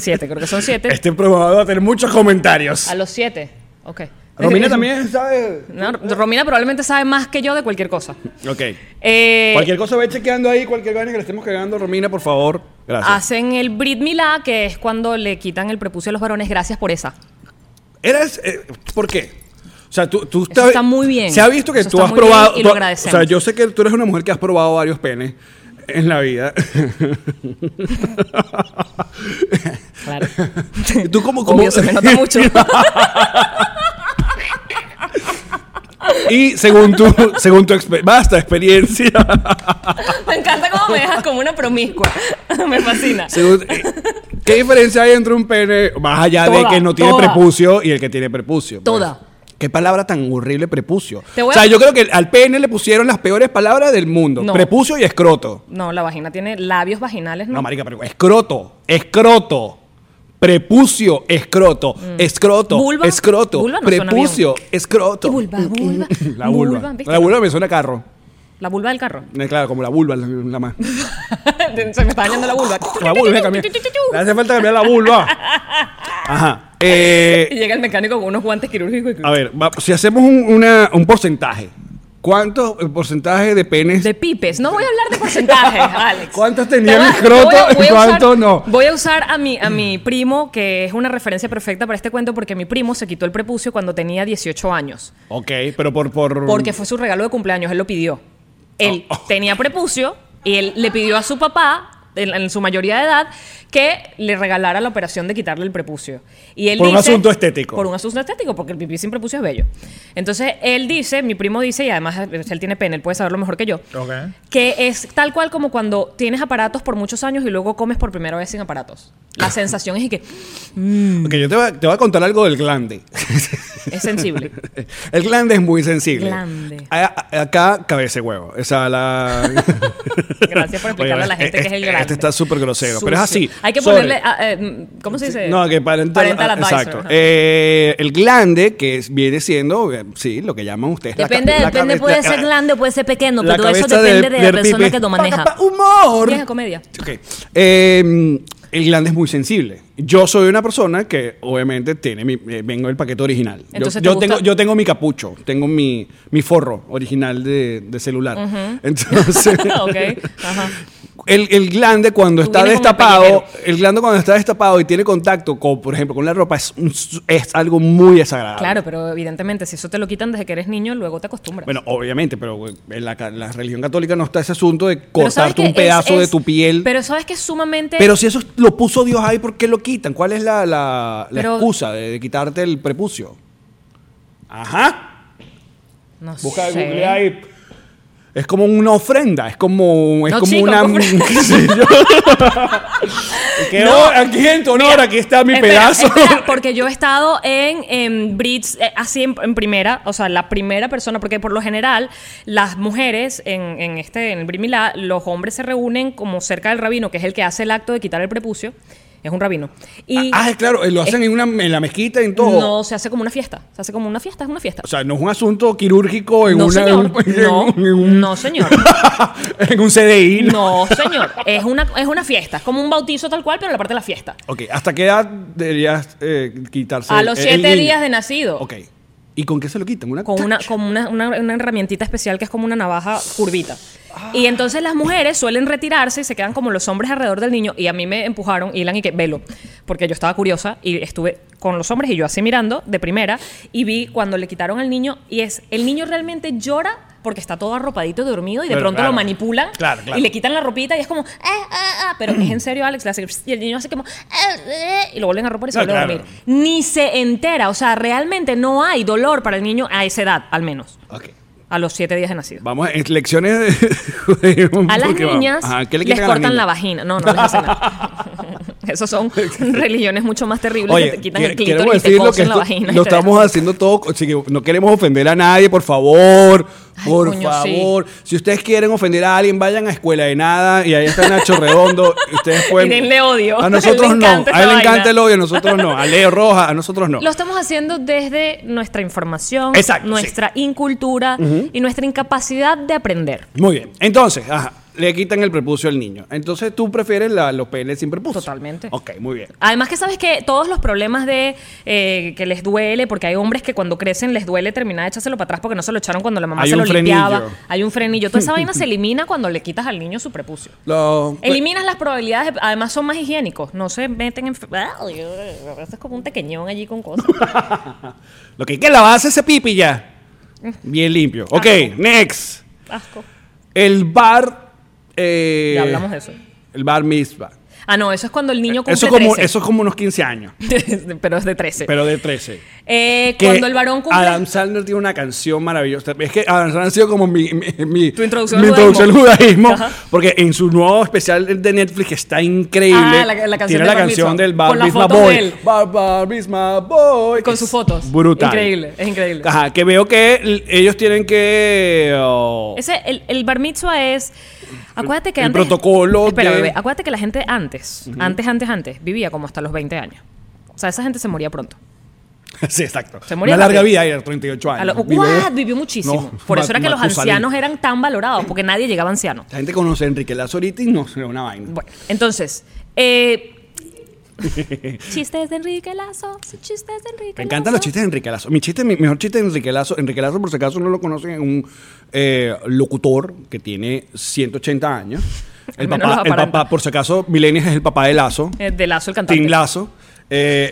Speaker 3: siete, creo que son siete.
Speaker 2: Este programa va a tener muchos comentarios.
Speaker 3: A los siete, ok.
Speaker 2: Romina también sabe.
Speaker 3: No, Romina probablemente sabe más que yo de cualquier cosa.
Speaker 2: Ok.
Speaker 3: Eh,
Speaker 2: cualquier cosa ve chequeando ahí, cualquier vaina que le estemos cagando, Romina, por favor. Gracias.
Speaker 3: Hacen el Brit Milá, que es cuando le quitan el prepucio a los varones. Gracias por esa.
Speaker 2: Eres, eh, ¿Por qué? O sea, tú, tú
Speaker 3: Eso está muy bien.
Speaker 2: Se ha visto que
Speaker 3: Eso
Speaker 2: tú
Speaker 3: está
Speaker 2: has
Speaker 3: muy bien
Speaker 2: probado. tú-
Speaker 3: y lo
Speaker 2: o
Speaker 3: agradecemos.
Speaker 2: sea, yo sé que tú eres una mujer que has probado varios penes en la vida.
Speaker 3: Claro.
Speaker 2: ¿Y tú cómo, cómo-
Speaker 3: Obvio, se me nota mucho.
Speaker 2: y según tu, según tu exper- vasta experiencia,
Speaker 3: me encanta cómo me dejas como una promiscua. me fascina.
Speaker 2: según- eh, ¿qué diferencia hay entre un pene más allá de
Speaker 3: Toda,
Speaker 2: que no tiene
Speaker 3: toda.
Speaker 2: prepucio y el que tiene prepucio? pues?
Speaker 3: Toda.
Speaker 2: Qué palabra tan horrible prepucio.
Speaker 3: Te
Speaker 2: o
Speaker 3: voy a-
Speaker 2: sea, yo creo que al pene le pusieron las peores palabras del mundo.
Speaker 3: No.
Speaker 2: Prepucio y escroto.
Speaker 3: No, la vagina tiene labios vaginales, ¿no?
Speaker 2: No, marica, pero escroto, escroto, prepucio, escroto, escroto,
Speaker 3: Mm. ¿Vulva?
Speaker 2: escroto,
Speaker 3: Vulva no suena
Speaker 2: prepucio, escroto.
Speaker 3: Y vulva, vulva,
Speaker 2: La vulva.
Speaker 3: ¿viste?
Speaker 2: la vulva me suena a carro.
Speaker 3: La vulva del carro.
Speaker 2: Eh, Claro, como la vulva, la, la más.
Speaker 3: se me está dañando la vulva.
Speaker 2: La vulva, hay que cambiar. Le hace falta cambiar la vulva. Ajá.
Speaker 3: Y
Speaker 2: Eh,
Speaker 3: llega el mecánico con unos guantes quirúrgicos. y-
Speaker 2: a ver, va- si hacemos un, una- un porcentaje ¿Cuánto porcentaje de penes?
Speaker 3: De pipes. No voy a hablar de porcentajes, Alex.
Speaker 2: ¿Cuántos tenía
Speaker 3: Te
Speaker 2: el
Speaker 3: voy a-
Speaker 2: escroto
Speaker 3: te
Speaker 2: y
Speaker 3: a usar-
Speaker 2: cuántos no?
Speaker 3: Voy a usar a mi, a mi primo, que es una referencia perfecta para este cuento, porque mi primo se quitó el prepucio cuando tenía 18 años.
Speaker 2: Ok, pero por... por...
Speaker 3: Porque fue su regalo de cumpleaños, él lo pidió. Él tenía prepucio y él le pidió a su papá, en, en su mayoría de edad, que le regalara la operación de quitarle el prepucio. Y él
Speaker 2: Por un
Speaker 3: dice-
Speaker 2: asunto estético.
Speaker 3: Por un asunto estético, porque el pipí sin prepucio es bello. Entonces él dice, mi primo dice, y además eh, él tiene pena, él puede saberlo mejor que yo,
Speaker 5: Ok.
Speaker 3: que es tal cual como cuando tienes aparatos por muchos años y luego comes por primera vez sin aparatos. La sensación es que
Speaker 2: Ok, yo te voy, a, te voy a contar algo del glande.
Speaker 3: es sensible.
Speaker 2: El glande es muy sensible.
Speaker 3: Glande.
Speaker 2: A- a- acá cabece huevo. O sea, la.
Speaker 3: Gracias por explicarle a la gente que es el grande.
Speaker 2: Este está súper grosero, pero es así.
Speaker 3: Sucio. Hay que
Speaker 2: Sorry.
Speaker 3: ponerle. ah, eh, ¿Cómo se dice?
Speaker 2: No, que parental, ah,
Speaker 3: Parental advisor.
Speaker 2: Exacto.
Speaker 3: Ajá.
Speaker 2: Eh, el glande, que es- viene siendo, eh, sí, lo que llaman ustedes. la ca-
Speaker 6: Depende,
Speaker 2: la
Speaker 6: depende,
Speaker 2: cabe-
Speaker 6: puede
Speaker 2: la-
Speaker 6: ser grande o puede ser pequeño,
Speaker 2: la
Speaker 6: pero eso
Speaker 2: cabeza
Speaker 6: depende de, la
Speaker 2: del
Speaker 6: persona
Speaker 2: pibe.
Speaker 6: que lo
Speaker 2: Pa,
Speaker 6: maneja.
Speaker 2: pa, pa, ¡Humor!
Speaker 3: Vieja comedia.
Speaker 2: Ok. Eh, el glande es muy sensible. Yo soy una persona que obviamente tiene mi- eh, vengo del paquete original. Yo-
Speaker 3: Entonces, ¿te
Speaker 2: yo,
Speaker 3: gusta?
Speaker 2: tengo, yo tengo mi capucho, tengo mi, mi forro original de, de celular. Entonces,
Speaker 3: ok. Ajá.
Speaker 2: Ah. el, el glande cuando
Speaker 3: Tú
Speaker 2: está
Speaker 3: vienes como el
Speaker 2: destapado,
Speaker 3: peñonero.
Speaker 2: el glande cuando está destapado y tiene contacto con, por ejemplo, con la ropa es, un- es algo muy desagradable.
Speaker 3: Claro, pero evidentemente, si eso te lo quitan desde que eres niño, luego te acostumbras.
Speaker 2: Bueno, obviamente, pero eh, en la, ca- la religión católica no está ese asunto de
Speaker 3: Pero sabes
Speaker 2: cortarte un
Speaker 3: que es-
Speaker 2: pedazo de
Speaker 3: es-
Speaker 2: tu piel.
Speaker 3: Pero sabes que es sumamente.
Speaker 2: Pero si eso lo puso Dios ahí, ¿por qué lo quitan? ¿Cuál es la, la- la
Speaker 3: Pero-
Speaker 2: excusa de, de quitarte el prepucio? Ajá.
Speaker 3: no
Speaker 2: Busca
Speaker 3: sé.
Speaker 2: Google ahí. Es como una ofrenda, es como, es
Speaker 3: No,
Speaker 2: como
Speaker 3: chico,
Speaker 2: una...
Speaker 3: ¿cómo ofrenda?
Speaker 2: qué sé yo. Que,
Speaker 3: No.
Speaker 2: oh, aquí en tu honor, aquí está mi
Speaker 3: Espera,
Speaker 2: pedazo.
Speaker 3: espera, porque yo he estado en, en Brits eh, así en, en primera, o sea, la primera persona, porque por lo general las mujeres en, en este en el Brit Milá, los hombres se reúnen como cerca del rabino, que es el que hace el acto de quitar el prepucio, es un rabino. Y
Speaker 2: Ah, claro, eh, lo hacen en, una, en la mezquita, en todo.
Speaker 3: no se hace como una fiesta, se hace como una fiesta, es una fiesta.
Speaker 2: O sea, no es un asunto quirúrgico en
Speaker 3: no,
Speaker 2: una...
Speaker 3: señor.
Speaker 2: en
Speaker 3: no,
Speaker 2: un- en un-
Speaker 3: no, señor.
Speaker 2: en un CDI.
Speaker 3: No, señor. Es una, es una fiesta. Es como un bautizo tal cual, pero la parte de la fiesta.
Speaker 2: Ok, ¿hasta qué edad deberías eh, quitarse
Speaker 3: A
Speaker 2: el-
Speaker 3: los
Speaker 2: el
Speaker 3: siete
Speaker 2: niño?
Speaker 3: días de nacido.
Speaker 2: Ok. ¿Y con qué se lo quitan? ¿Una
Speaker 3: con una,
Speaker 2: tacha?
Speaker 3: con una, una, una herramientita especial que es como una navaja curvita. Y entonces las mujeres suelen retirarse y se quedan como los hombres alrededor del niño. Y a mí me empujaron, Ilan, y que velo. Porque yo estaba curiosa y estuve con los hombres y yo así mirando de primera. Y vi cuando le quitaron al niño. Y es, el niño realmente llora porque está todo arropadito y dormido. Y de
Speaker 2: Pero
Speaker 3: pronto
Speaker 2: claro.
Speaker 3: lo manipulan.
Speaker 2: Claro, claro.
Speaker 3: Y le quitan la ropita y es como, ah, ah, ah. Pero es en serio, Alex. le hace y el niño hace como, ah, ah, y lo vuelven a arropar y se
Speaker 2: No,
Speaker 3: vuelve a
Speaker 2: claro.
Speaker 3: dormir ni se entera. O sea, realmente no hay dolor para el niño a esa edad, al menos.
Speaker 2: Ok.
Speaker 3: A los siete días de nacido.
Speaker 2: Vamos a lecciones de...
Speaker 3: A las
Speaker 2: porque vamos.
Speaker 3: niñas
Speaker 2: Ajá, ¿qué le
Speaker 3: les
Speaker 2: quitan a las
Speaker 3: cortan
Speaker 2: niñas?
Speaker 3: la vagina. No, no les hacen nada. Esas son religiones mucho más terribles
Speaker 2: Oye,
Speaker 3: que te quitan
Speaker 2: que-
Speaker 3: el
Speaker 2: queremos
Speaker 3: clítoris y te
Speaker 2: decirlo que
Speaker 3: cosen la
Speaker 2: esto
Speaker 3: vagina. y
Speaker 2: lo
Speaker 3: te dejan.
Speaker 2: estamos haciendo todo, así que no queremos ofender a nadie, por favor, por
Speaker 3: coño, sí.
Speaker 2: favor. Si ustedes quieren ofender a alguien, vayan a Escuela de Nada y ahí está Nacho Redondo. y ustedes pueden,
Speaker 3: Y denle odio.
Speaker 2: A
Speaker 3: A él
Speaker 2: nosotros
Speaker 3: le
Speaker 2: no,
Speaker 3: encanta
Speaker 2: a él
Speaker 3: esa
Speaker 2: le encanta
Speaker 3: vaina.
Speaker 2: el odio, a nosotros no. A Leo Roja, a nosotros no.
Speaker 3: Lo estamos haciendo desde nuestra información,
Speaker 2: Exacto,
Speaker 3: nuestra incultura y nuestra incapacidad de aprender.
Speaker 2: Muy bien, entonces, ajá, le quitan el prepucio al niño. Entonces tú prefieres la- los penes sin prepucio.
Speaker 3: Totalmente.
Speaker 2: Ok, muy bien.
Speaker 3: Además que sabes que todos los problemas de eh, que les duele, porque hay hombres que cuando crecen les duele terminar de echárselo para atrás porque no se lo echaron cuando la mamá
Speaker 2: Hay
Speaker 3: se
Speaker 2: un
Speaker 3: lo limpiaba.
Speaker 2: frenillo.
Speaker 3: Hay un frenillo. Toda esa vaina se elimina cuando le quitas al niño su prepucio.
Speaker 2: Pues Lo-
Speaker 3: Eliminas las probabilidades, de- además son más higiénicos, no se meten en... Esto es como un tequeñón allí con cosas.
Speaker 2: Lo que hay que lavarse ese pipi ya. Bien limpio.
Speaker 3: Ah,
Speaker 2: Ok, next.
Speaker 3: Asco.
Speaker 2: El bar. eh,
Speaker 3: Ya hablamos de eso.
Speaker 2: El bar misba.
Speaker 3: Ah, no, eso es cuando el niño cumple
Speaker 2: Eso, como,
Speaker 3: 13.
Speaker 2: eso es como unos 15 años,
Speaker 3: Pero es de 13.
Speaker 2: pero de 13.
Speaker 3: Eh,
Speaker 2: Que
Speaker 3: cuando el varón cumple...
Speaker 2: Adam Sandler tiene una canción maravillosa. Es que Adam Sandler ha sido como mi, mi, mi-
Speaker 3: Tu introducción
Speaker 2: mi
Speaker 3: al judaísmo.
Speaker 2: introducción al judaísmo,
Speaker 3: Ajá.
Speaker 2: porque en su nuevo especial de Netflix que está increíble.
Speaker 3: Ah, la- la canción
Speaker 2: tiene
Speaker 3: del
Speaker 2: la
Speaker 3: Bar
Speaker 2: canción
Speaker 3: Mitzvah.
Speaker 2: del Bar
Speaker 3: Con las
Speaker 2: Mitzvah
Speaker 3: fotos
Speaker 2: Boy.
Speaker 3: de él.
Speaker 2: Bar, Bar Mitzvah Boy.
Speaker 3: Con
Speaker 2: Es
Speaker 3: sus fotos.
Speaker 2: Brutal.
Speaker 3: Increíble, es increíble.
Speaker 2: Ajá, que veo que l- ellos tienen que. oh,
Speaker 3: Ese, el, el bar mitzvah es. Acuérdate que
Speaker 2: El
Speaker 3: antes.
Speaker 2: protocolo
Speaker 3: Espera,
Speaker 2: de-
Speaker 3: bebé. Acuérdate que la gente antes, antes, antes, antes, vivía como hasta los 20 años. O sea, esa gente se moría pronto.
Speaker 2: sí, exacto.
Speaker 3: Se murió
Speaker 2: Una larga
Speaker 3: rápido.
Speaker 2: vida, era 38 años.
Speaker 3: A lo-
Speaker 2: Vive-
Speaker 3: ¡Guau! Vivió muchísimo.
Speaker 2: No,
Speaker 3: Por eso era que los
Speaker 2: Matusalén.
Speaker 3: ancianos eran tan valorados, porque nadie llegaba anciano.
Speaker 2: La gente conoce a Enrique Lazo ahorita y no se ve una vaina.
Speaker 3: Bueno, entonces, eh, Chistes de Enrique Lazo. Chistes de Enrique
Speaker 2: Me encantan los chistes de Enrique Lazo. Mi chiste, mi mejor chiste de Enrique Lazo, Enrique Lazo, por si acaso no lo conocen, es un eh, locutor que tiene 180 años. El
Speaker 3: Menos
Speaker 2: papá,
Speaker 3: los
Speaker 2: el
Speaker 3: aparenta.
Speaker 2: papá, por si acaso, Milenias es el papá de Lazo.
Speaker 3: Eh, de Lazo, el cantante.
Speaker 2: Tim Lazo. Eh,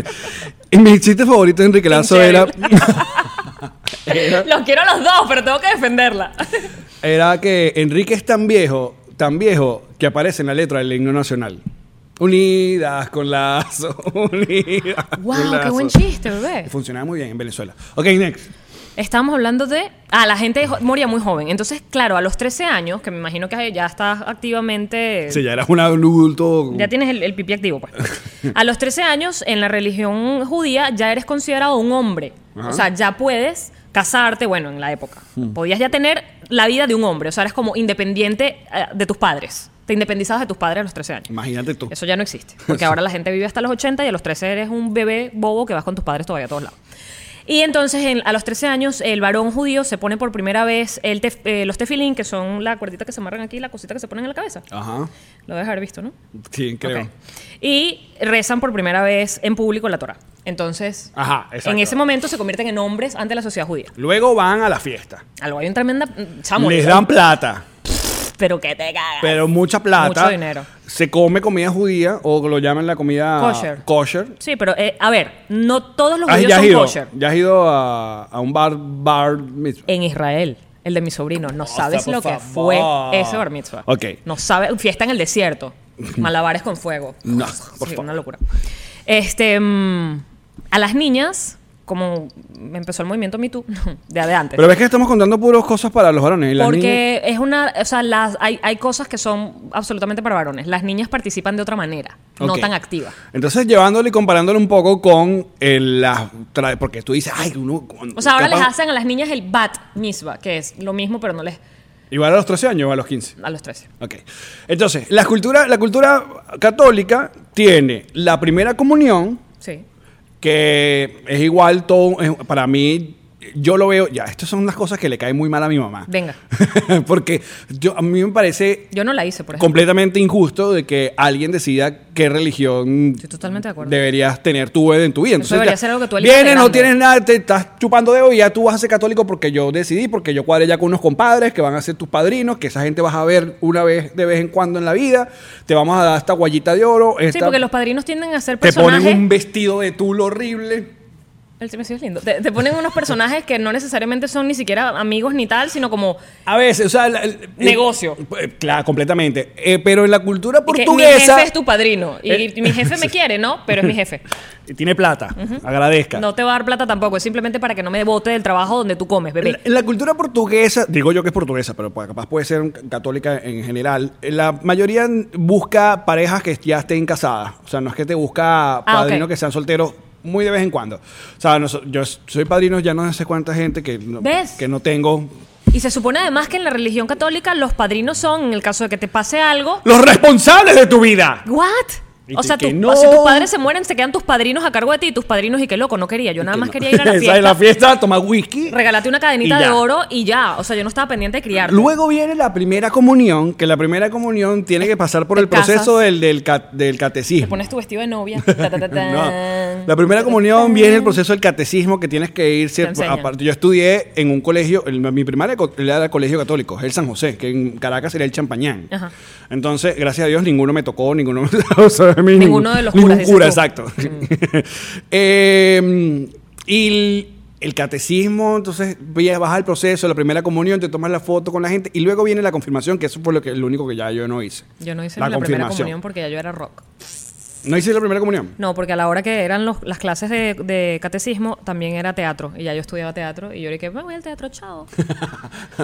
Speaker 2: y mi chiste favorito de Enrique Lazo era,
Speaker 3: Los quiero a los dos, pero tengo que defenderla.
Speaker 2: era que Enrique es tan viejo, tan viejo, que aparece en la letra del himno nacional. Unidas con Lazo, unidas. con
Speaker 3: ¡Wow! ¡Qué
Speaker 2: Lazo.
Speaker 3: buen chiste, bebé!
Speaker 2: Funcionaba muy bien en Venezuela. Ok, next.
Speaker 3: Estábamos hablando de. Ah, la gente jo- moría muy joven. Entonces, claro, a los 13 años, que me imagino que ya estás activamente.
Speaker 2: Sí, ya eras un adulto.
Speaker 3: Ya tienes el, el pipí activo, pues. A los 13 años, en la religión judía, ya eres considerado un hombre. O sea, ya puedes casarte, bueno, en la época. Podías ya tener la vida de un hombre. O sea, eres como independiente eh, de tus padres. Te independizabas de tus padres a los 13 años.
Speaker 2: Imagínate tú.
Speaker 3: Eso ya no existe. Porque ahora la gente vive hasta los 80 y a los 13 eres un bebé bobo que vas con tus padres todavía a todos lados. Y entonces en- a los 13 años el varón judío se pone por primera vez el tef- eh, los tefilín, que son la cuerdita que se amarran aquí, la cosita que se ponen en la cabeza.
Speaker 2: Ajá.
Speaker 3: Lo debes haber visto, ¿no?
Speaker 2: Sí, creo.
Speaker 3: Ok. Y rezan por primera vez en público la Torah. Entonces,
Speaker 2: Ajá, exacto.
Speaker 3: en ese momento se convierten en hombres ante la sociedad judía.
Speaker 2: Luego van a la fiesta.
Speaker 3: Algo hay un tremenda... mm, chamo,
Speaker 2: Les
Speaker 3: ¿no?
Speaker 2: dan plata,
Speaker 3: Pero que te cagas.
Speaker 2: pero mucha plata.
Speaker 3: Mucho dinero.
Speaker 2: Se come comida judía o lo llaman la comida
Speaker 3: Kosher.
Speaker 2: kosher.
Speaker 3: Sí, pero eh, a ver, no todos los
Speaker 2: Ah,
Speaker 3: judíos
Speaker 2: ya has
Speaker 3: son
Speaker 2: ido,
Speaker 3: kosher. Eh,
Speaker 2: ya has ido a, a un bar, bar mitzvah.
Speaker 3: En Israel, el de mi sobrino, no
Speaker 2: Cosa,
Speaker 3: sabes
Speaker 2: por
Speaker 3: lo que
Speaker 2: favor.
Speaker 3: fue ese bar mitzvah.
Speaker 2: Ok.
Speaker 3: No sabes, fiesta en el desierto, malabares con fuego.
Speaker 2: No,
Speaker 3: Sí,
Speaker 2: por favor.
Speaker 3: una locura. Este, mm, a las niñas, como empezó el movimiento Me Too, de de antes.
Speaker 2: Pero ves que estamos contando puras cosas para los varones. y las niñas-
Speaker 3: Porque es una, o sea, las, hay, hay cosas que son absolutamente para varones. Las niñas participan de otra manera, no
Speaker 2: Ok.
Speaker 3: tan activa.
Speaker 2: Entonces, llevándolo y comparándolo un poco con el- las. tra- Porque tú dices, ay, uno.
Speaker 3: O sea, ahora les
Speaker 2: capaz-
Speaker 3: hacen a las niñas el bat mitzvah, que es lo mismo, pero no les
Speaker 2: Igual a los 13 años o a los 15.
Speaker 3: a los 13.
Speaker 2: Ok. Entonces, la cultura, la cultura católica tiene la primera comunión,
Speaker 3: Sí.
Speaker 2: que es igual todo. es- Para mí, yo lo veo. Ya, estas son las cosas que le caen muy mal a mi mamá.
Speaker 3: Venga.
Speaker 2: Porque yo, a mí me parece
Speaker 3: Yo no la hice, por ejemplo.
Speaker 2: completamente injusto de que alguien decida qué religión
Speaker 3: Estoy totalmente de acuerdo.
Speaker 2: deberías tener tú en tu vida.
Speaker 3: debería ser algo que tú elijas de
Speaker 2: Vienes, no
Speaker 3: grande.
Speaker 2: tienes nada, te estás chupando dedo y ya tú vas a ser católico porque yo decidí, porque yo cuadré ya con unos compadres que van a ser tus padrinos, que esa gente vas a ver una vez de vez en cuando en la vida, te vamos a dar esta guayita de oro,
Speaker 3: Sí,
Speaker 2: esta-
Speaker 3: porque los padrinos tienden a ser
Speaker 2: te
Speaker 3: personajes.
Speaker 2: ponen un vestido de tul horrible.
Speaker 3: El Mesías es lindo. Te, te ponen unos personajes que no necesariamente son ni siquiera amigos ni tal, sino como.
Speaker 2: A veces, o sea, la- el- el-
Speaker 3: Negocio.
Speaker 2: eh, claro, completamente. Eh, pero en la cultura
Speaker 3: que
Speaker 2: portuguesa
Speaker 3: mi jefe es tu padrino. Y
Speaker 2: Eh.
Speaker 3: mi jefe me quiere, ¿no? Pero es mi jefe.
Speaker 2: tiene plata, agradezca.
Speaker 3: No te va a dar plata tampoco. Es simplemente para que no me bote del trabajo donde tú comes,
Speaker 2: En la,
Speaker 3: bebé.
Speaker 2: en la cultura portuguesa, digo yo que es portuguesa, pero pues, capaz puede ser un- católica en general, eh, la mayoría busca parejas que ya estén casadas. O sea, no es que te busca padrinos
Speaker 3: Ah, ok.
Speaker 2: que sean solteros muy de vez en cuando. O sea, no so- yo s- soy padrino ya no sé cuánta gente que no,
Speaker 3: ¿Ves?
Speaker 2: que no tengo.
Speaker 3: Y se supone además que en la religión católica los padrinos son, en el caso de que te pase algo.
Speaker 2: ¡Los responsables de tu vida!
Speaker 3: ¿What?
Speaker 2: Y
Speaker 3: O
Speaker 2: te-
Speaker 3: sea,
Speaker 2: que
Speaker 3: tus-
Speaker 2: no.
Speaker 3: si tus padres se mueren, se quedan tus padrinos a cargo de ti y tus padrinos y qué loco, no quería. Yo nada más quería ir a la
Speaker 2: Esa es
Speaker 3: fiesta.
Speaker 2: la fiesta, toma whisky.
Speaker 3: Regálate una
Speaker 2: Y
Speaker 3: cadenita de
Speaker 2: ya.
Speaker 3: oro y ya. O sea, yo no estaba pendiente de criarte.
Speaker 2: Luego viene la primera comunión, que la primera comunión tiene que pasar por
Speaker 3: Te
Speaker 2: el proceso
Speaker 3: casas.
Speaker 2: del, del, ca- del
Speaker 3: Te
Speaker 2: catecismo.
Speaker 3: pones tu vestido de novia.
Speaker 2: No. La primera comunión viene el proceso del catecismo que tienes que ir. cier-
Speaker 3: enseñan.
Speaker 2: aparte, yo estudié en un colegio, en mi primaria co- era el colegio católico, el San José, que en Caracas era el Champañán.
Speaker 3: Ajá.
Speaker 2: Entonces, gracias a Dios, ninguno me tocó, ninguno, o sea, a mí
Speaker 3: Ninguno de los curas,
Speaker 2: ningún
Speaker 3: dices
Speaker 2: cura,
Speaker 3: tú. Mm.
Speaker 2: exacto. Eh, y el, el catecismo, entonces ya vas al proceso, la primera comunión, te tomas la foto con la gente y luego viene la confirmación, que eso fue lo, que, lo único que ya yo no hice.
Speaker 3: Yo no hice la, primera comunión porque ya yo era rock.
Speaker 2: ¿No hice la primera comunión?
Speaker 3: No, porque a la hora que eran los- las clases de, de catecismo también era teatro. Y ya yo estudiaba teatro. Y yo dije, me voy al teatro, chao.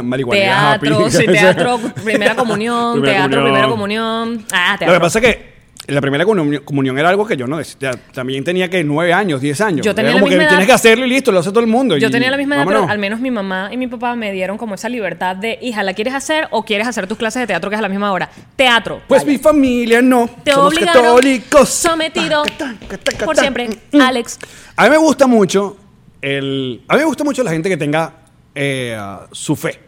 Speaker 2: Marihuana,
Speaker 3: teatro,
Speaker 2: happy.
Speaker 3: sí, teatro, primera comunión,
Speaker 2: Primera
Speaker 3: teatro,
Speaker 2: comunión.
Speaker 3: primera comunión. Ah,
Speaker 2: Lo
Speaker 3: teatro.
Speaker 2: que pasa es que la primera comunión, comunión era algo que yo no decía. También tenía que nueve años, diez años.
Speaker 3: Yo tenía
Speaker 2: Era
Speaker 3: la
Speaker 2: como que
Speaker 3: misma edad.
Speaker 2: tienes que hacerlo y listo, lo hace todo el mundo.
Speaker 3: yo
Speaker 2: y
Speaker 3: tenía la misma edad, pero
Speaker 2: vámonos.
Speaker 3: al menos mi mamá y mi papá me dieron como esa libertad de, hija, ¿la quieres hacer o quieres hacer tus clases de teatro que es a la misma hora? Teatro.
Speaker 2: Pues
Speaker 3: vaya.
Speaker 2: mi familia no.
Speaker 3: Te
Speaker 2: Somos
Speaker 3: obligaron,
Speaker 2: católicos.
Speaker 3: sometido,
Speaker 2: Taca, taca, taca,
Speaker 3: por
Speaker 2: taca.
Speaker 3: siempre,
Speaker 2: Mm.
Speaker 3: Alex.
Speaker 2: A mí me gusta mucho el. A mí me gusta mucho la gente que tenga eh, su fe.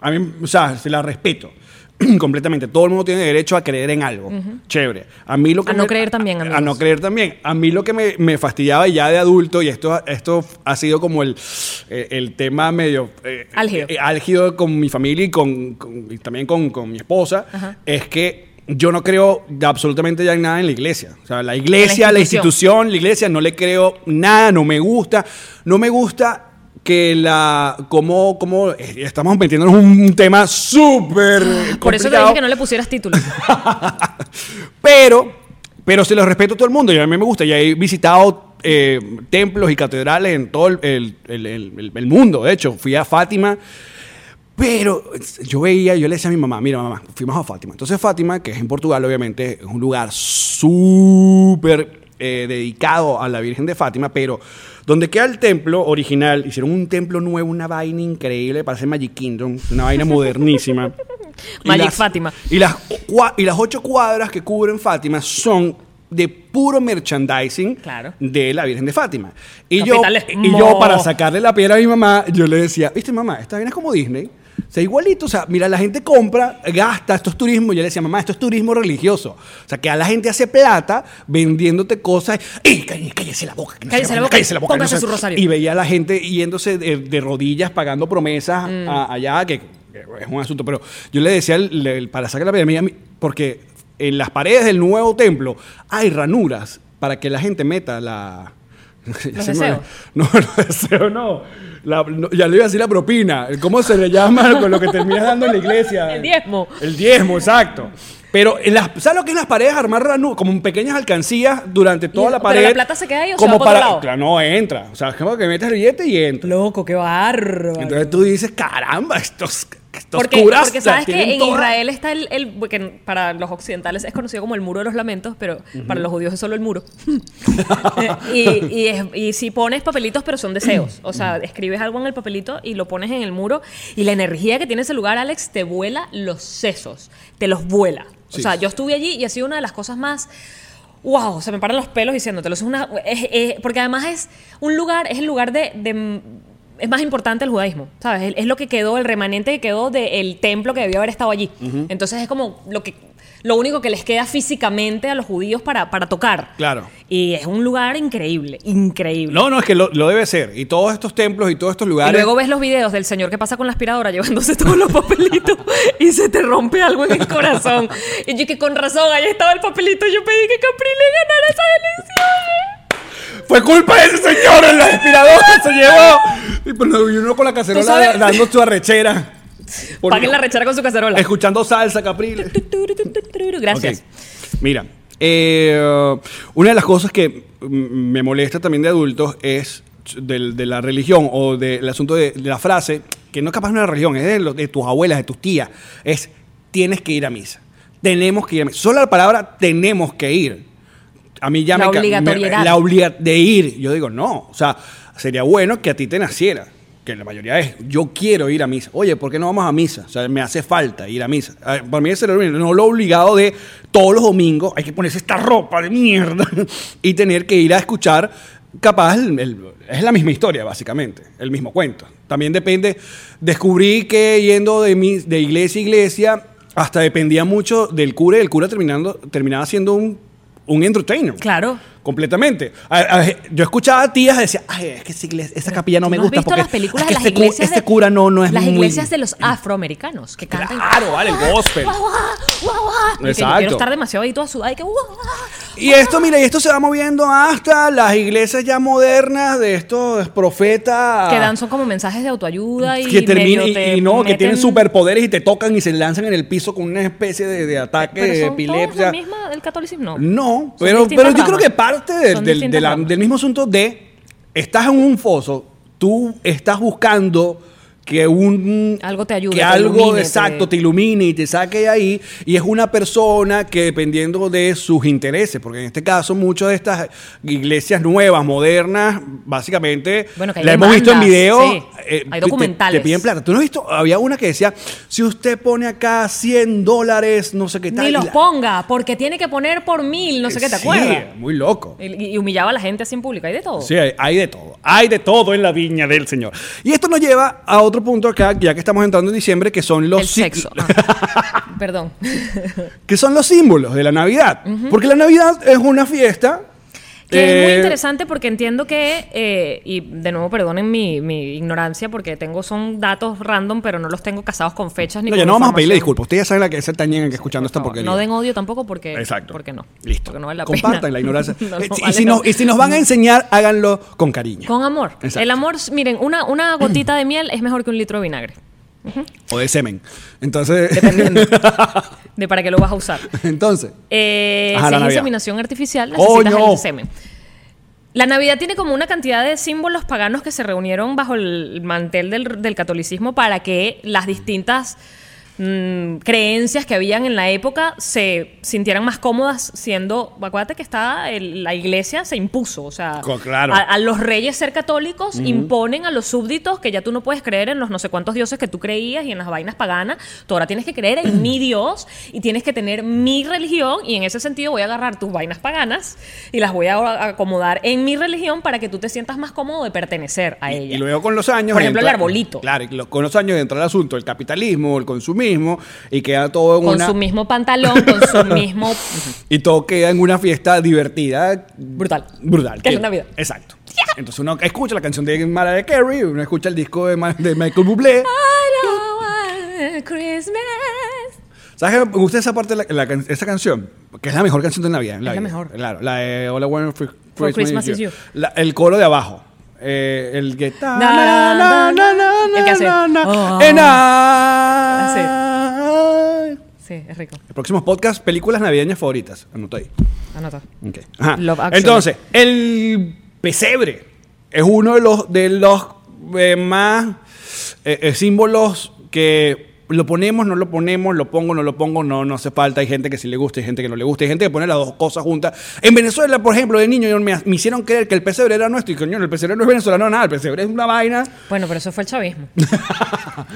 Speaker 2: A mí, o sea, se la respeto. completamente. Todo el mundo tiene derecho a creer en algo. Chévere. A mí lo que
Speaker 3: A no creer también,
Speaker 2: a,
Speaker 3: amigos.
Speaker 2: no creer también. A mí lo que me, me fastidiaba ya de adulto y esto esto ha sido como el eh, el tema medio eh,
Speaker 3: Álgido.
Speaker 2: eh, álgido con mi familia y con, con- y también con, con mi esposa es que yo no creo absolutamente ya en nada en la iglesia. O sea, la iglesia, la
Speaker 3: institución.
Speaker 2: institución, la iglesia, no le creo nada, no me gusta. No me gusta que la. Como, como eh, estamos metiéndonos en un tema súper.
Speaker 3: Por eso te
Speaker 2: complicado.
Speaker 3: dije que no le pusieras título.
Speaker 2: Pero, pero se los respeto a todo el mundo. Y a mí me gusta. Ya he visitado eh, templos y catedrales en todo el, el- el- el- el mundo. De hecho, fui a Fátima. Pero yo veía, yo le decía a mi mamá, mira mamá, fuimos a Fátima. Entonces Fátima, que es en Portugal, obviamente, es un lugar súper eh, dedicado a la Virgen de Fátima, pero donde queda el templo original, hicieron un templo nuevo, una vaina increíble, parece Magic Kingdom, una vaina modernísima. Y
Speaker 3: Magic Fátima.
Speaker 2: Y las, cua- y las ocho cuadras que cubren Fátima son de puro merchandising
Speaker 3: Claro.
Speaker 2: de la Virgen de Fátima. Y yo,
Speaker 3: Capitales.
Speaker 2: y yo para
Speaker 3: Mo.
Speaker 2: sacar sacarle la piedra a mi mamá, yo le decía, viste mamá, esta vaina es como Disney. O sea, igualito, o sea, mira, la gente compra, gasta, esto es turismo. Yo le decía, mamá, esto es turismo religioso. O sea, que a la gente hace plata vendiéndote cosas. ¡Ey, cállese, cállese la boca! que no
Speaker 3: Cállese
Speaker 2: sé
Speaker 3: la
Speaker 2: cuándo,
Speaker 3: boca,
Speaker 2: ¡Cállese la boca!
Speaker 3: póngase
Speaker 2: sé.
Speaker 3: su rosario.
Speaker 2: Y veía a la gente yéndose de, de rodillas, pagando promesas
Speaker 3: Mm.
Speaker 2: a- allá, que, que es un asunto. Pero yo le decía, el- el- para sacar la piedra, mira, mi- porque en las paredes del nuevo templo hay ranuras para que la gente meta la...
Speaker 3: Los
Speaker 2: se me-
Speaker 3: deseos.
Speaker 2: no, no deseo, no. La- no, Ya le iba a decir la propina. ¿Cómo se le llama con lo que terminas dando en la iglesia?
Speaker 3: El diezmo.
Speaker 2: El diezmo, exacto. Pero, en las, ¿sabes lo que es las paredes? Armar ranu- como en pequeñas alcancías durante toda
Speaker 3: ¿Y-
Speaker 2: la
Speaker 3: pero
Speaker 2: pared.
Speaker 3: la plata se queda ahí o se
Speaker 2: como
Speaker 3: va para otro lado?
Speaker 2: Claro, no entra. O sea, es como que metes el billete y entra.
Speaker 3: Loco, qué bárbaro.
Speaker 2: Entonces tú dices, caramba, estos, estos
Speaker 3: porque,
Speaker 2: curas.
Speaker 3: porque
Speaker 2: o sea,
Speaker 3: sabes que
Speaker 2: tienen
Speaker 3: en
Speaker 2: toda-
Speaker 3: Israel está el, el- que para los occidentales es conocido como el muro de los lamentos, pero para los judíos es solo el muro. y, y, es- y si pones papelitos, pero son deseos. O sea, escribes algo en el papelito y lo pones en el muro y la energía que tiene ese lugar, Alex, te vuela los sesos, te los vuela.
Speaker 2: Sí.
Speaker 3: O sea, yo estuve allí y ha sido una de las cosas más Wow, se me paran los pelos diciéndotelo. Es una, es- es- porque además es un lugar, es el lugar de, de- es más importante el judaísmo, ¿sabes? Es, es lo que quedó, el remanente que quedó del templo que debió haber estado allí. Entonces es como lo que, lo único que les queda físicamente a los judíos para, para tocar.
Speaker 2: Claro.
Speaker 3: Y es un lugar increíble, increíble.
Speaker 2: No, no, es que lo, lo debe ser. Y todos estos templos y todos estos
Speaker 3: Y
Speaker 2: lugares.
Speaker 3: luego ves los videos del señor que pasa con la aspiradora llevándose todos los papelitos y se te rompe algo en el corazón. Y yo que con razón, ahí estaba el papelito. Yo pedí que Caprile ganara esa elección.
Speaker 2: Fue culpa de ese señor, el aspirador que se llevó. Y pues, no, y uno con la
Speaker 3: ¿Tú
Speaker 2: cacerola
Speaker 3: sabes?
Speaker 2: da- dando su arrechera. Por-
Speaker 3: Paguen la rechera con su cacerola.
Speaker 2: Escuchando salsa, Capriles.
Speaker 3: Gracias.
Speaker 2: Ok. Mira, eh, una de las cosas que mm, me molesta también de adultos es del- de, la religión o del asunto de, de la frase, que no es capaz de una religión, es de, lo- de tus abuelas, de tus tías, es tienes que ir a misa. Tenemos que ir a misa. Solo la palabra tenemos que ir. A mí ya
Speaker 3: La
Speaker 2: me ca- me...
Speaker 3: obligatoriedad.
Speaker 2: la obliga de ir. Yo digo, no. O sea, sería bueno que a ti te naciera. Que la mayoría es, yo quiero ir a misa. Oye, ¿por qué no vamos a misa? O sea, me hace falta ir a misa. A ver, Para mí ese era lo único. no lo obligado de todos los domingos hay que ponerse esta ropa de mierda y tener que ir a escuchar. Capaz, el- el- es la misma historia, básicamente, el mismo cuento. También depende, descubrí que yendo de, mi- de iglesia a iglesia, hasta dependía mucho del cura y el cura terminando, terminaba siendo un, un entertainer.
Speaker 3: Claro.
Speaker 2: Completamente. A- a- yo escuchaba a tías que decían, ay, es que esa, iglesia- esa capilla no
Speaker 3: ¿Tú
Speaker 2: me
Speaker 3: no has
Speaker 2: gusta
Speaker 3: visto
Speaker 2: porque
Speaker 3: las películas
Speaker 2: es que
Speaker 3: de las
Speaker 2: este, cu-
Speaker 3: iglesias de-
Speaker 2: este cura no, no es
Speaker 3: las
Speaker 2: muy-
Speaker 3: iglesias de los afroamericanos que cantan
Speaker 2: Claro, vale, el gospel.
Speaker 4: Guau, guau, guau,
Speaker 3: Y que yo quiero
Speaker 2: Exacto.
Speaker 3: estar demasiado ahí toda sudada y que "Guau".
Speaker 2: Y esto, mira, y esto se va moviendo hasta las iglesias ya modernas de estos profetas
Speaker 3: que dan son como mensajes de autoayuda y
Speaker 2: Ah. que terminan
Speaker 3: medio
Speaker 2: y,
Speaker 3: te
Speaker 2: y no, que tienen
Speaker 3: meten-
Speaker 2: superpoderes y te tocan y se lanzan en el piso con una especie de, de ataque
Speaker 3: Pero
Speaker 2: de
Speaker 3: son todos la
Speaker 2: epilepsia.
Speaker 3: misma del catolicismo no
Speaker 2: No,
Speaker 3: Son
Speaker 2: pero,
Speaker 3: distintas
Speaker 2: pero yo creo
Speaker 3: ramas.
Speaker 2: que parte del-
Speaker 3: Son
Speaker 2: del,
Speaker 3: distintas
Speaker 2: de la-
Speaker 3: ramas.
Speaker 2: del mismo asunto de estás en un foso, tú estás buscando que un
Speaker 3: Algo te ayude,
Speaker 2: que
Speaker 3: te
Speaker 2: algo
Speaker 3: ilumine,
Speaker 2: exacto
Speaker 3: te-
Speaker 2: te ilumine y te saque de ahí y es una persona que dependiendo de sus intereses porque en este caso muchas de estas iglesias nuevas modernas básicamente
Speaker 3: Bueno, que hay
Speaker 2: la hemos visto en
Speaker 3: demandas,
Speaker 2: videos
Speaker 3: sí. Hay
Speaker 2: te- te-
Speaker 3: documentales.
Speaker 2: te piden plata tú no has visto había una que decía si usted pone acá 100 dólares no sé qué tal
Speaker 3: ni
Speaker 2: y
Speaker 3: los
Speaker 2: la-
Speaker 3: ponga porque tiene que poner por mil no sé qué te
Speaker 2: Sí,
Speaker 3: acuerdas
Speaker 2: muy loco
Speaker 3: y, y humillaba a la gente así en público hay de todo
Speaker 2: Sí, hay, hay de todo. Hay de todo en la viña del Señor. Y esto nos lleva a otro punto acá, ya que estamos entrando en diciembre, que son los
Speaker 3: el
Speaker 2: ci-
Speaker 3: sexo Ah. Perdón.
Speaker 2: que son los símbolos de la Navidad. Porque la Navidad es una fiesta.
Speaker 3: Que es muy
Speaker 2: eh,
Speaker 3: interesante porque entiendo que, eh, y de nuevo perdonen mi, mi ignorancia porque tengo son datos random, pero no los tengo casados con fechas ni
Speaker 2: No,
Speaker 3: con
Speaker 2: ya no vamos a pedirle
Speaker 3: información.
Speaker 2: disculpas. Ustedes ya saben la que se están que escuchando esta
Speaker 3: Por favor,
Speaker 2: porquería.
Speaker 3: No den odio tampoco porque,
Speaker 2: Exacto.
Speaker 3: porque no.
Speaker 2: Listo.
Speaker 3: Porque no vale la pena.
Speaker 2: Compartan la ignorancia.
Speaker 3: No, no
Speaker 2: Eh, si- y,
Speaker 3: vale
Speaker 2: si
Speaker 3: la
Speaker 2: nos, y si nos van a enseñar, háganlo con cariño.
Speaker 3: Con amor.
Speaker 2: Exacto.
Speaker 3: El amor, miren, una, una gotita de miel es mejor que un litro de vinagre.
Speaker 2: O de semen. Entonces.
Speaker 3: Dependiendo. de para qué lo vas a usar.
Speaker 2: Entonces.
Speaker 3: Eh,
Speaker 2: Ajá,
Speaker 3: si
Speaker 2: la
Speaker 3: es
Speaker 2: Navidad. ¡Oh,
Speaker 3: inseminación artificial, necesitas
Speaker 2: ¡Coño!
Speaker 3: el semen. La Navidad tiene como una cantidad de símbolos paganos que se reunieron bajo el mantel del, del catolicismo para que las distintas mm, creencias que habían en la época se sintieran más cómodas siendo, acuérdate que está el- la iglesia se impuso, o sea,
Speaker 2: Co- claro.
Speaker 3: a, a los reyes ser católicos imponen a los súbditos que ya tú no puedes creer en los no sé cuántos dioses que tú creías y en las vainas paganas, tú ahora tienes que creer en mi Dios y tienes que tener mi religión y en ese sentido voy a agarrar tus vainas paganas y las voy a a- acomodar en mi religión para que tú te sientas más cómodo de pertenecer a ella.
Speaker 2: Y luego con los años.
Speaker 3: Por ejemplo, el
Speaker 2: entra-
Speaker 3: arbolito.
Speaker 2: Claro, y lo- con los años entra el asunto, el capitalismo, el consumismo, y queda todo en
Speaker 3: con
Speaker 2: una.
Speaker 3: su mismo pantalón, con su mismo...
Speaker 2: Y todo queda en una fiesta divertida.
Speaker 3: Brutal.
Speaker 2: Brutal.
Speaker 3: Que es Navidad.
Speaker 2: Exacto. Entonces uno escucha la canción de Mariah Carey, uno escucha el disco de, Ma- de Michael Bublé.
Speaker 3: Ah,
Speaker 2: ¿Sabes qué? Me gusta esa parte, de la, la- esa canción, que es la mejor canción de Navidad. en
Speaker 3: Es la
Speaker 2: vida.
Speaker 3: mejor.
Speaker 2: Claro, la de All I Want for
Speaker 3: For
Speaker 2: Christmas,
Speaker 3: Christmas
Speaker 2: is
Speaker 3: is
Speaker 2: You.
Speaker 3: You.
Speaker 2: La- el coro de abajo. Eh, el que está.
Speaker 3: na, na, na, El que hace, oh, oh. Sí, es rico.
Speaker 2: El próximo podcast, películas navideñas favoritas. Anota ahí.
Speaker 3: Anota.
Speaker 2: Ok. Ajá.
Speaker 3: Love Actually.
Speaker 2: Entonces, el pesebre es uno de los, de los eh, más eh, eh, símbolos que lo ponemos, no lo ponemos, lo pongo, no lo pongo, no, no hace falta. Hay gente que sí le gusta, hay gente que no le gusta, hay gente que pone las dos cosas juntas. En Venezuela, por ejemplo, de niño yo me, me hicieron creer que el pesebre era nuestro y coño, el pesebre no es venezolano, nada, el pesebre es una vaina.
Speaker 3: Bueno, pero eso fue el chavismo.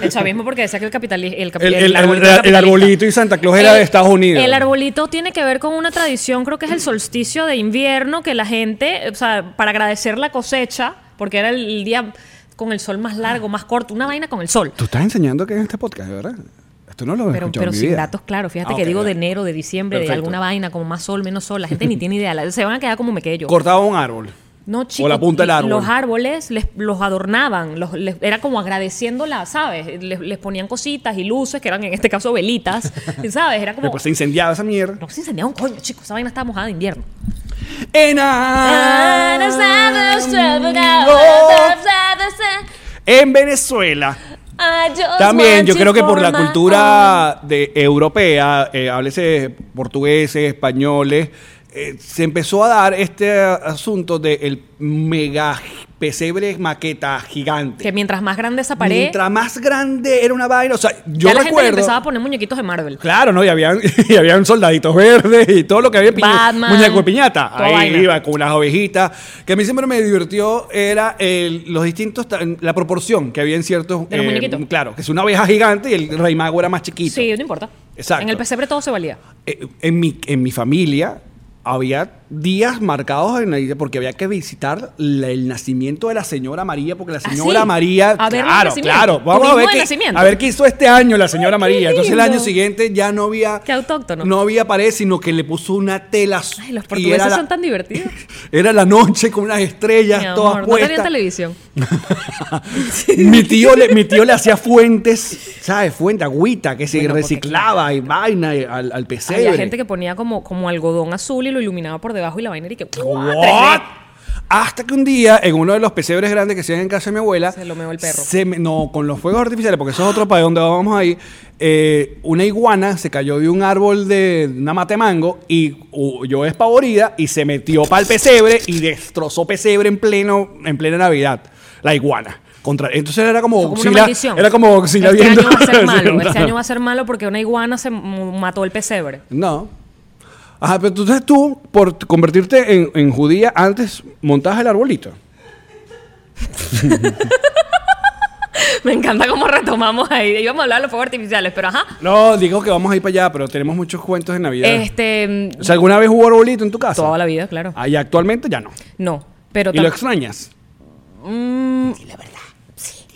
Speaker 3: el chavismo porque decía que el capitalismo... El, capi-
Speaker 2: El- el-
Speaker 3: arbolito
Speaker 2: el- el
Speaker 3: era capitalista.
Speaker 2: arbolito y Santa Claus era de Estados Unidos.
Speaker 3: El arbolito tiene que ver con una tradición, creo que es el solsticio de invierno, que la gente, o sea, para agradecer la cosecha, porque era el día con el sol más largo, más corto, una vaina con el sol.
Speaker 2: Tú estás enseñando que en este podcast, de ¿verdad? Esto no lo he
Speaker 3: Pero,
Speaker 2: escuchado en
Speaker 3: pero
Speaker 2: mi
Speaker 3: sin
Speaker 2: vida.
Speaker 3: datos, claro. Fíjate
Speaker 2: Ah,
Speaker 3: que
Speaker 2: ok,
Speaker 3: digo de
Speaker 2: bueno.
Speaker 3: enero, de diciembre,
Speaker 2: Perfecto.
Speaker 3: de alguna vaina, como más sol, menos sol. La gente ni tiene idea. La- Se van a quedar como me quedé yo.
Speaker 2: Cortaba un árbol.
Speaker 3: No, chicos.
Speaker 2: O la punta del árbol.
Speaker 3: Los árboles les, los adornaban, los, les- era como agradeciéndola, ¿sabes? Les, les ponían cositas y luces, que eran en este caso velitas, ¿sabes? Era como...
Speaker 2: Después se incendiaba esa mierda.
Speaker 3: No se incendiaba un coño, chicos. Esa vaina estaba mojada de invierno.
Speaker 2: En Ah,
Speaker 3: Ah,
Speaker 2: mm, En Venezuela.
Speaker 3: Ah,
Speaker 2: También yo creo que por la cultura de europea, eh, háblese portugueses, españoles, eh, se empezó a dar este asunto del mega pesebre maqueta gigante.
Speaker 3: Oh. Que mientras más grande esa pared,
Speaker 2: Mientras más grande era una vaina, o sea, yo
Speaker 3: ya la gente le
Speaker 2: recuerdo.
Speaker 3: empezaba a poner muñequitos de Marvel.
Speaker 2: Claro, ¿no? Y habían, y habían soldaditos verdes y todo lo que había. piña-
Speaker 3: Batman,
Speaker 2: muñeco de piñata.
Speaker 3: toda
Speaker 2: Ahí
Speaker 3: vaina.
Speaker 2: iba con unas ovejitas. Que a mí siempre me divirtió era el- los distintos, ta- la proporción que había en ciertos... eh,
Speaker 3: De los muñequitos.
Speaker 2: Claro, que es una oveja gigante y el rey mago era más chiquito.
Speaker 3: Sí, no importa.
Speaker 2: Exacto.
Speaker 3: En el pesebre todo se valía.
Speaker 2: Eh, en, mi, en mi familia había días marcados en la- porque había que visitar la- el nacimiento de la señora María porque la
Speaker 3: ¿Ah,
Speaker 2: señora
Speaker 3: sí?
Speaker 2: María
Speaker 3: A ver el
Speaker 2: claro
Speaker 3: nacimiento.
Speaker 2: claro vamos a
Speaker 3: Turismo
Speaker 2: ver
Speaker 3: de
Speaker 2: qué,
Speaker 3: nacimiento.
Speaker 2: a ver qué hizo este año la señora
Speaker 3: Ay, qué
Speaker 2: María entonces el año
Speaker 3: lindo.
Speaker 2: siguiente ya no había
Speaker 3: Qué autóctono.
Speaker 2: no había pared sino que le puso una tela
Speaker 3: Ay, los
Speaker 2: y
Speaker 3: portugueses
Speaker 2: era la-
Speaker 3: son tan divertidos.
Speaker 2: era la noche con unas estrellas
Speaker 3: Mi
Speaker 2: todas
Speaker 3: amor, no
Speaker 2: puestas
Speaker 3: tenían televisión.
Speaker 2: mi, tío le, mi tío le hacía fuentes, ¿sabes? Fuente, agüita, que se
Speaker 3: Bueno, porque
Speaker 2: reciclaba y vaina y al, al pesebre.
Speaker 3: Había gente que ponía como, como algodón azul y lo iluminaba por debajo y la vaina y que...
Speaker 2: What? Hasta que un día, en uno de los pesebres grandes que se ven en casa de mi abuela,
Speaker 3: Se lo meó el perro.
Speaker 2: se me- no, con los fuegos artificiales, porque eso es otro para donde vamos ahí. eh, una iguana se cayó de un árbol de una mate mango y yo despavorida y se metió para el pesebre y destrozó pesebre en pleno, en plena Navidad. La iguana. Contra, entonces era como,
Speaker 3: Fue como una
Speaker 2: Godzilla-
Speaker 3: maldición.
Speaker 2: Era como Godzilla
Speaker 3: este
Speaker 2: viendo-
Speaker 3: año va a ser malo. Este año va a ser malo porque una iguana se mu- mató el pesebre.
Speaker 2: No. Ajá, pero entonces tú, por t- convertirte en, en judía, antes montabas el arbolito.
Speaker 3: Me encanta cómo retomamos ahí. Íbamos a hablar de los fuegos artificiales, pero ajá.
Speaker 2: No, digo que vamos a ir para allá, pero tenemos muchos cuentos de Navidad.
Speaker 3: Este,
Speaker 2: O sea, ¿alguna vez hubo arbolito en tu casa?
Speaker 3: toda la vida, claro.
Speaker 2: Ah, y actualmente ya no.
Speaker 3: No, pero
Speaker 2: ¿Y lo
Speaker 3: tam-
Speaker 2: extrañas?
Speaker 3: mm,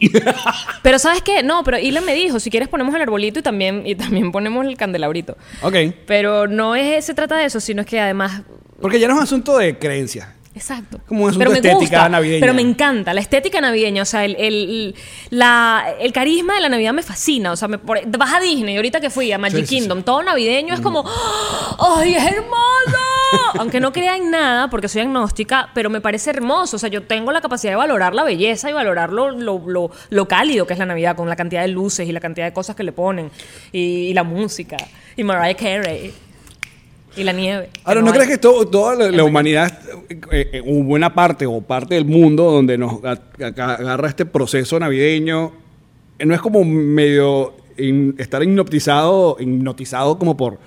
Speaker 3: Pero ¿sabes qué? No, pero Elon me dijo, si quieres ponemos el arbolito y también, y también ponemos el candelabrito.
Speaker 2: Ok.
Speaker 3: Pero no es, se trata de eso, sino es que además...
Speaker 2: Porque ya no es un asunto de creencias.
Speaker 3: Exacto.
Speaker 2: Como un asunto estética navideña.
Speaker 3: Pero me encanta la estética navideña. O sea, el, el- la- el carisma de la Navidad me fascina. O sea, me, por- vas a Disney, ahorita que fui a
Speaker 2: Sí,
Speaker 3: Magic
Speaker 2: sí, Mm. sí.
Speaker 3: Kingdom, todo navideño es como, ¡Oh, ¡ay, es hermoso! Aunque no crea en nada, porque soy agnóstica, pero me parece hermoso. O sea, yo tengo la capacidad de valorar la belleza y valorar lo, lo- lo- lo cálido que es la Navidad, con la cantidad de luces y la cantidad de cosas que le ponen, y, y la música, y Mariah Carey, y la nieve.
Speaker 2: Ahora, ¿no
Speaker 3: hay.
Speaker 2: crees que to- toda la, la humanidad, eh, eh, hubo una parte o parte del mundo donde nos a- a- agarra este proceso navideño, eh, no es como medio in- estar hipnotizado, hipnotizado como por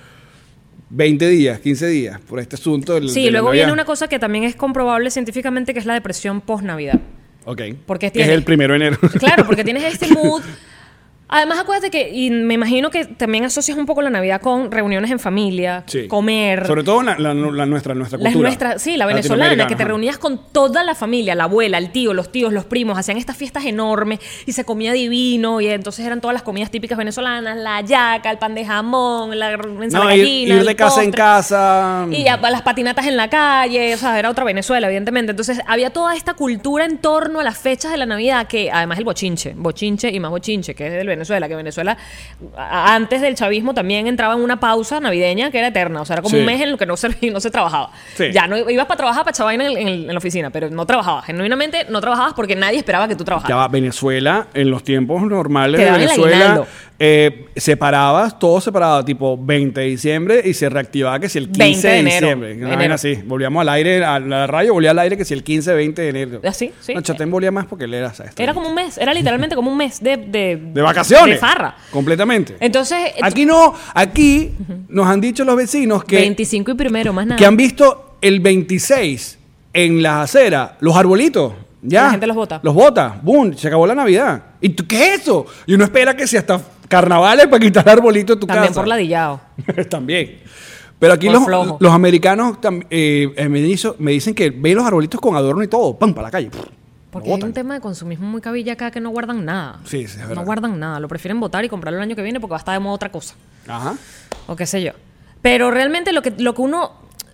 Speaker 2: 20 días, 15 días, por este asunto del
Speaker 3: Sí, luego viene una cosa que también es comprobable científicamente, que es la depresión post-Navidad.
Speaker 2: Ok.
Speaker 3: Porque
Speaker 2: Que es
Speaker 3: tiene-
Speaker 2: el primero de enero.
Speaker 3: Claro, porque tienes este mood. Además, acuérdate que, y me imagino que también asocias un poco la Navidad con reuniones en familia,
Speaker 2: Sí.
Speaker 3: comer.
Speaker 2: Sobre todo la, la- la nuestra, nuestra
Speaker 3: las
Speaker 2: cultura.
Speaker 3: nuestras- sí, la venezolana, que te
Speaker 2: Latinoamericana, ajá.
Speaker 3: reunías con toda la familia, la abuela, el tío, los tíos, los primos, hacían estas fiestas enormes y se comía divino y entonces eran todas las comidas típicas venezolanas, la yaca, el pan de jamón, la ensalada
Speaker 2: No, ir,
Speaker 3: gallina,
Speaker 2: ir
Speaker 3: el
Speaker 2: de casa en
Speaker 3: postre.
Speaker 2: casa.
Speaker 3: Y ya, las patinatas en la calle, o sea, era otra Venezuela, evidentemente. Entonces había toda esta cultura en torno a las fechas de la Navidad, que además el bochinche, bochinche y más bochinche, que es del Venezuela, que Venezuela a- antes del chavismo también entraba en una pausa navideña que era eterna, o sea, era como
Speaker 2: Sí.
Speaker 3: un mes en lo que no se, no se trabajaba.
Speaker 2: Sí.
Speaker 3: Ya, no ibas para trabajar, para chavar en, el- en el- en la oficina, pero no trabajabas, genuinamente no trabajabas porque nadie esperaba que tú
Speaker 2: Ya
Speaker 3: trabajaras.
Speaker 2: va, Venezuela, en los tiempos normales
Speaker 3: Te
Speaker 2: de
Speaker 3: daban el
Speaker 2: Venezuela,
Speaker 3: aguinaldo.
Speaker 2: eh, separabas, todo separado, tipo 20 de diciembre y se reactivaba que si el
Speaker 3: 20 de
Speaker 2: 15 de,
Speaker 3: enero,
Speaker 2: diciembre. Una
Speaker 3: enero.
Speaker 2: vaina así. Volvíamos al aire, a la radio volvía al aire que si el 15, 20 de enero.
Speaker 3: Así, Ah, sí.
Speaker 2: No, Chatén volvía más porque él era, ¿sabes?
Speaker 3: Era como un mes, era literalmente como un mes de... De,
Speaker 2: De vacaciones.
Speaker 3: De farra.
Speaker 2: Completamente.
Speaker 3: Entonces,
Speaker 2: Aquí no, aquí nos han dicho los vecinos que,
Speaker 3: 25 y primero, más nada.
Speaker 2: que han visto el 26 en las aceras, los arbolitos. Ya.
Speaker 3: La gente los bota.
Speaker 2: Los bota. ¡Bum! Se acabó la Navidad. ¿Y tú qué es eso? Y uno espera que si hasta carnavales para quitar arbolitos de tu
Speaker 3: También
Speaker 2: casa.
Speaker 3: por ladillado.
Speaker 2: También. Pero aquí
Speaker 3: Por
Speaker 2: los,
Speaker 3: flojo.
Speaker 2: los americanos tam- eh, eh, me, hizo- me dicen que ven los arbolitos con adorno y todo. ¡Pam! Para la calle. Pff,
Speaker 3: Porque
Speaker 2: lo
Speaker 3: hay
Speaker 2: botan.
Speaker 3: un tema de consumismo muy cabilla acá que no guardan nada.
Speaker 2: Sí, sí, es verdad.
Speaker 3: No guardan nada. Lo prefieren votar y comprarlo el año que viene porque va a estar de moda otra cosa.
Speaker 2: Ajá.
Speaker 3: O qué sé yo. Pero realmente lo que, lo que uno.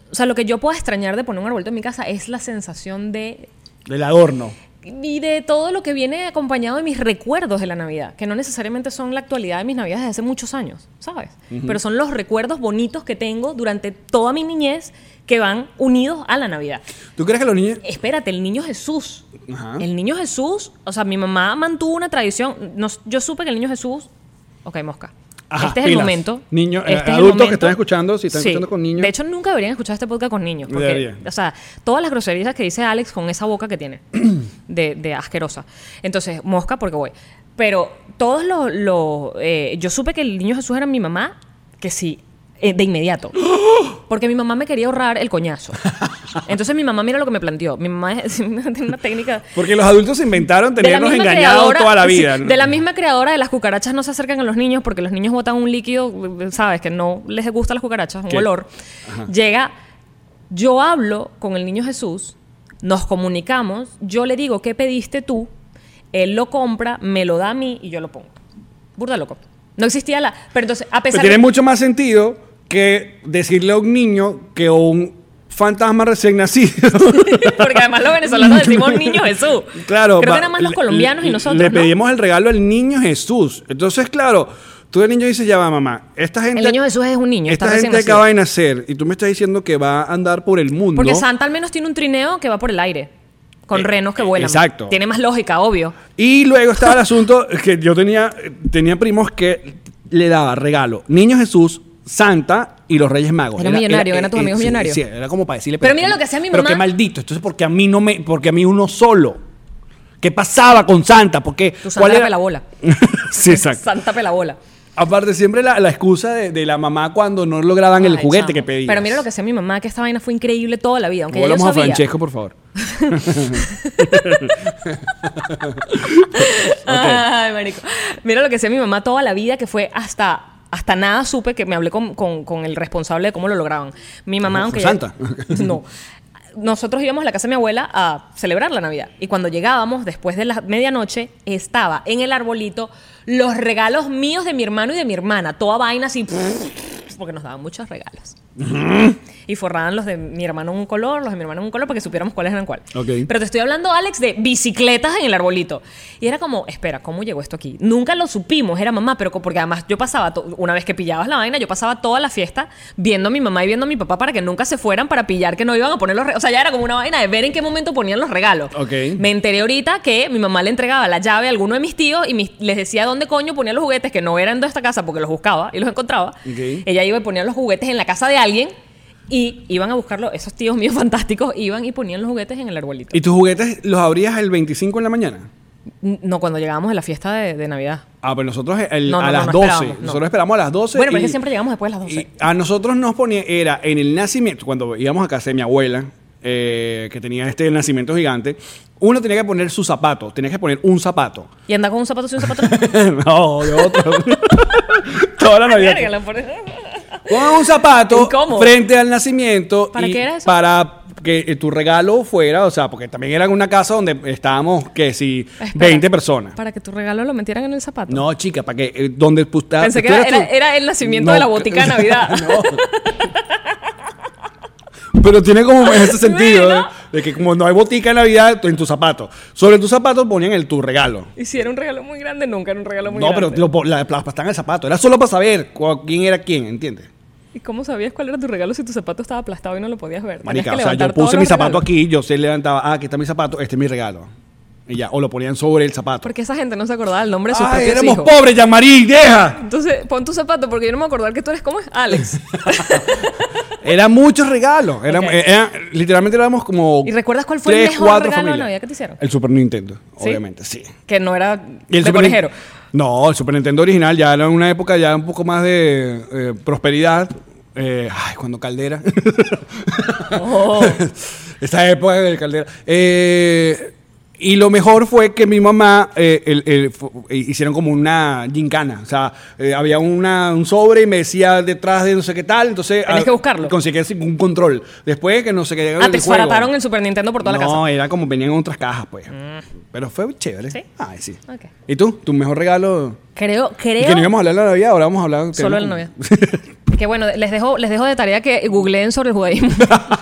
Speaker 3: O sea, lo que yo puedo extrañar de poner un arbolito en mi casa es la sensación de.
Speaker 2: Del adorno.
Speaker 3: Y de todo lo que viene acompañado de mis recuerdos de la Navidad, que no necesariamente son la actualidad de mis Navidades desde hace muchos años, ¿sabes? Pero son los recuerdos bonitos que tengo durante toda mi niñez que van unidos a la Navidad
Speaker 2: ¿Tú crees que los niños...?
Speaker 3: espérate, el niño Jesús.
Speaker 2: Ajá.
Speaker 3: El niño Jesús, o sea, mi mamá mantuvo una tradición. Nos- yo supe que el niño Jesús. Ok, mosca.
Speaker 2: Ajá,
Speaker 3: este es
Speaker 2: pilas.
Speaker 3: el momento.
Speaker 2: Niño- eh,
Speaker 3: Este es el
Speaker 2: adultos que
Speaker 3: momento.
Speaker 2: están escuchando, si están escuchando con niños.
Speaker 3: De hecho, nunca deberían escuchar este podcast con niños. Porque,
Speaker 2: Deberían.
Speaker 3: O sea, todas las groserías que dice Alex con esa boca que tiene, de, de asquerosa. Entonces, mosca, porque voy. Pero todos los. los, eh, yo supe que el niño Jesús era mi mamá, que sí, eh, de inmediato. Porque mi mamá me quería ahorrar el coñazo. Entonces mi mamá, mira lo que me planteó. Mi mamá es- tiene una técnica.
Speaker 2: Porque los adultos inventaron
Speaker 3: de la
Speaker 2: tenernos
Speaker 3: misma
Speaker 2: engañados
Speaker 3: creadora-
Speaker 2: toda la vida.
Speaker 3: sí,
Speaker 2: ¿no?
Speaker 3: de la misma creadora de las cucarachas no se acercan a los niños porque los niños botan un líquido, sabes, que no les gusta las cucarachas, un
Speaker 2: ¿Qué?
Speaker 3: olor. Llega, yo hablo con el niño Jesús, nos comunicamos, yo le digo qué pediste tú, él lo compra, me lo da a mí y yo lo pongo. Burda loco. No existía la. Pero entonces, a
Speaker 2: Pero
Speaker 3: pesar
Speaker 2: tiene
Speaker 3: de-
Speaker 2: mucho más sentido que decirle a un niño que un fantasma recién nacido.
Speaker 3: Porque además los venezolanos decimos niño Jesús.
Speaker 2: claro.
Speaker 3: Creo
Speaker 2: va-
Speaker 3: que eran más los
Speaker 2: le-
Speaker 3: colombianos y
Speaker 2: le-
Speaker 3: nosotros.
Speaker 2: Le
Speaker 3: ¿no?
Speaker 2: pedimos el regalo al niño Jesús. Entonces, claro, tú de niño dices, ya va, mamá. Esta gente,
Speaker 3: El niño Jesús es un niño.
Speaker 2: esta
Speaker 3: está recién
Speaker 2: gente
Speaker 3: nacido.
Speaker 2: acaba de nacer y tú me estás diciendo que va a andar por el mundo.
Speaker 3: Porque Santa al menos tiene un trineo que va por el aire. Con
Speaker 2: Eh,
Speaker 3: renos que
Speaker 2: eh,
Speaker 3: vuelan.
Speaker 2: exacto.
Speaker 3: Tiene más lógica, obvio.
Speaker 2: Y luego estaba el asunto que yo tenía, tenía primos que le daba regalo. Niño Jesús, Santa y los Reyes Magos.
Speaker 3: Era millonario, eran tus amigos
Speaker 2: sí,
Speaker 3: millonarios.
Speaker 2: eh, Sí, era como para decirle.
Speaker 3: Pero mira lo que hacía mi
Speaker 2: Pero
Speaker 3: mamá.
Speaker 2: qué maldito. Entonces, porque a mí no me, porque a mí uno solo. ¿Qué pasaba con Santa? Porque
Speaker 3: Tu Santa era pelabola.
Speaker 2: sí, exacto.
Speaker 3: Santa pelabola.
Speaker 2: Aparte siempre la, la excusa de, de la mamá cuando no lograban el
Speaker 3: Ay,
Speaker 2: juguete
Speaker 3: chamo.
Speaker 2: que pedían.
Speaker 3: Pero mira lo que hacía mi mamá, que esta vaina fue increíble toda la vida. Aunque ya yo
Speaker 2: Volvamos a
Speaker 3: sabía.
Speaker 2: Francesco, por favor.
Speaker 3: Ay, marico. Mira lo que hacía mi mamá toda la vida, que fue hasta. Hasta nada supe que me hablé con, con- con el responsable de cómo lo lograban. Mi mamá,
Speaker 2: Ajá,
Speaker 3: aunque.
Speaker 2: Santa.
Speaker 3: No. nosotros íbamos a la casa de mi abuela a celebrar la Navidad. Y cuando llegábamos, después de la medianoche, estaba en el arbolito los regalos míos de mi hermano y de mi hermana. Toda vaina así. Porque nos daban muchos regalos. Y forraban los de mi hermano en un color, los de mi hermano en un color, para que supiéramos cuáles eran cuáles.
Speaker 2: Ok.
Speaker 3: Pero te estoy hablando, Alex, de bicicletas en el arbolito. Y era como, espera, ¿cómo llegó esto aquí? Nunca lo supimos, era mamá, pero co- porque además yo pasaba, to- una vez que pillabas la vaina, yo pasaba toda la fiesta viendo a mi mamá y viendo a mi papá para que nunca se fueran para pillar que no iban a poner los regalos. O sea, ya era como una vaina de ver en qué momento ponían los regalos.
Speaker 2: Ok.
Speaker 3: Me enteré ahorita que mi mamá le entregaba la llave a alguno de mis tíos y mis- les decía dónde coño ponían los juguetes, que no eran de esta casa porque los buscaba y los encontraba.
Speaker 2: Ok.
Speaker 3: Ella iba y ponía los juguetes en la casa de alguien y iban a buscarlo. Esos tíos míos fantásticos iban y ponían los juguetes en el arbolito.
Speaker 2: ¿Y tus juguetes los abrías el 25 en la mañana?
Speaker 3: N- No, cuando llegábamos a la fiesta de, de Navidad.
Speaker 2: Ah, pues nosotros el-
Speaker 3: No, no,
Speaker 2: a
Speaker 3: no,
Speaker 2: las
Speaker 3: no
Speaker 2: 12.
Speaker 3: esperábamos, no.
Speaker 2: Nosotros esperamos a las 12.
Speaker 3: Bueno, pero
Speaker 2: y-
Speaker 3: es que siempre llegamos después de las 12.
Speaker 2: y a nosotros nos ponía, era en el nacimiento, cuando íbamos a casa de mi abuela, eh, que tenía este nacimiento gigante, uno tenía que poner su zapato, tenía que poner un zapato.
Speaker 3: Y anda con un zapato sin un zapato.
Speaker 2: no, de otro. Toda la Navidad.
Speaker 3: Verga, la por-
Speaker 2: Pon un zapato
Speaker 3: Incómodo.
Speaker 2: frente al nacimiento.
Speaker 3: ¿Para
Speaker 2: y
Speaker 3: qué era eso?
Speaker 2: Para que eh, tu regalo fuera, o sea, porque también era una casa donde estábamos, que si,
Speaker 3: Espera,
Speaker 2: 20 personas.
Speaker 3: Para que tu regalo lo metieran en el zapato.
Speaker 2: No, chica, para que eh, donde tú estás-
Speaker 3: Pensé que
Speaker 2: tú
Speaker 3: era,
Speaker 2: eras
Speaker 3: era-
Speaker 2: tú.
Speaker 3: era el nacimiento
Speaker 2: No,
Speaker 3: de la botica de Navidad.
Speaker 2: Pero tiene como ese sentido
Speaker 3: Bueno.
Speaker 2: ¿eh? de que como no hay botica en Navidad, tú en tus zapatos. Sobre tus zapatos ponían el tu regalo.
Speaker 3: Y si era un regalo muy grande, nunca era un regalo muy
Speaker 2: no,
Speaker 3: grande.
Speaker 2: pero lo, po- la, la pastaban en el zapato. Era solo para saber cu- quién era quién, ¿entiendes?
Speaker 3: ¿Y cómo sabías cuál era tu regalo si tu zapato estaba aplastado y no lo podías ver? Tenías
Speaker 2: Marica,
Speaker 3: que
Speaker 2: o sea, yo
Speaker 3: levantar todos
Speaker 2: puse
Speaker 3: los
Speaker 2: mi zapato
Speaker 3: regalos.
Speaker 2: aquí, yo se levantaba, ah, aquí está mi zapato, este es mi regalo. Y ya, o lo ponían sobre el zapato.
Speaker 3: Porque esa gente no se acordaba el nombre de sus
Speaker 2: Ay,
Speaker 3: propios
Speaker 2: éramos
Speaker 3: hijos.
Speaker 2: pobres, Jean-Marie, deja.
Speaker 3: Entonces, pon tu zapato porque yo no me voy a acordar que tú eres como es Alex.
Speaker 2: Eran muchos regalos. Era,
Speaker 3: Ok.
Speaker 2: era- literalmente éramos como.
Speaker 3: ¿Y recuerdas cuál fue el
Speaker 2: tres,
Speaker 3: mejor
Speaker 2: cuatro
Speaker 3: regalo de
Speaker 2: familias.
Speaker 3: Navidad que te hicieron?
Speaker 2: El Super Nintendo,
Speaker 3: ¿Sí?
Speaker 2: obviamente, sí.
Speaker 3: que no era
Speaker 2: Y el
Speaker 3: de
Speaker 2: Super Nin-
Speaker 3: conejero.
Speaker 2: No, el Super Nintendo original ya era una época ya un poco más de eh, prosperidad. Eh, ay, cuando Caldera.
Speaker 3: Oh.
Speaker 2: Esa época de Caldera. Eh, y lo mejor fue que mi mamá eh, el- el- fu- eh, hicieron como una gincana. O sea, eh, había una, un sobre y me decía detrás de no sé qué tal. Entonces,
Speaker 3: Tenías
Speaker 2: ah,
Speaker 3: que buscarlo.
Speaker 2: Conseguí así un control. Después que no sé qué.
Speaker 3: Ah, te desbarataron el Super Nintendo por toda la
Speaker 2: No,
Speaker 3: casa. Mm.
Speaker 2: era como venían en otras cajas, pues. Pero fue chévere.
Speaker 3: ¿Sí?
Speaker 2: Ay, sí.
Speaker 3: Ok.
Speaker 2: ¿Y tú? ¿Tu mejor regalo?
Speaker 3: Creo,
Speaker 2: Y que no
Speaker 3: creo.
Speaker 2: íbamos a hablar de la Navidad, ahora vamos a hablar
Speaker 3: Solo de la
Speaker 2: tenemos-
Speaker 3: Que bueno, les dejo, les dejo de tarea que googleen sobre el judaísmo.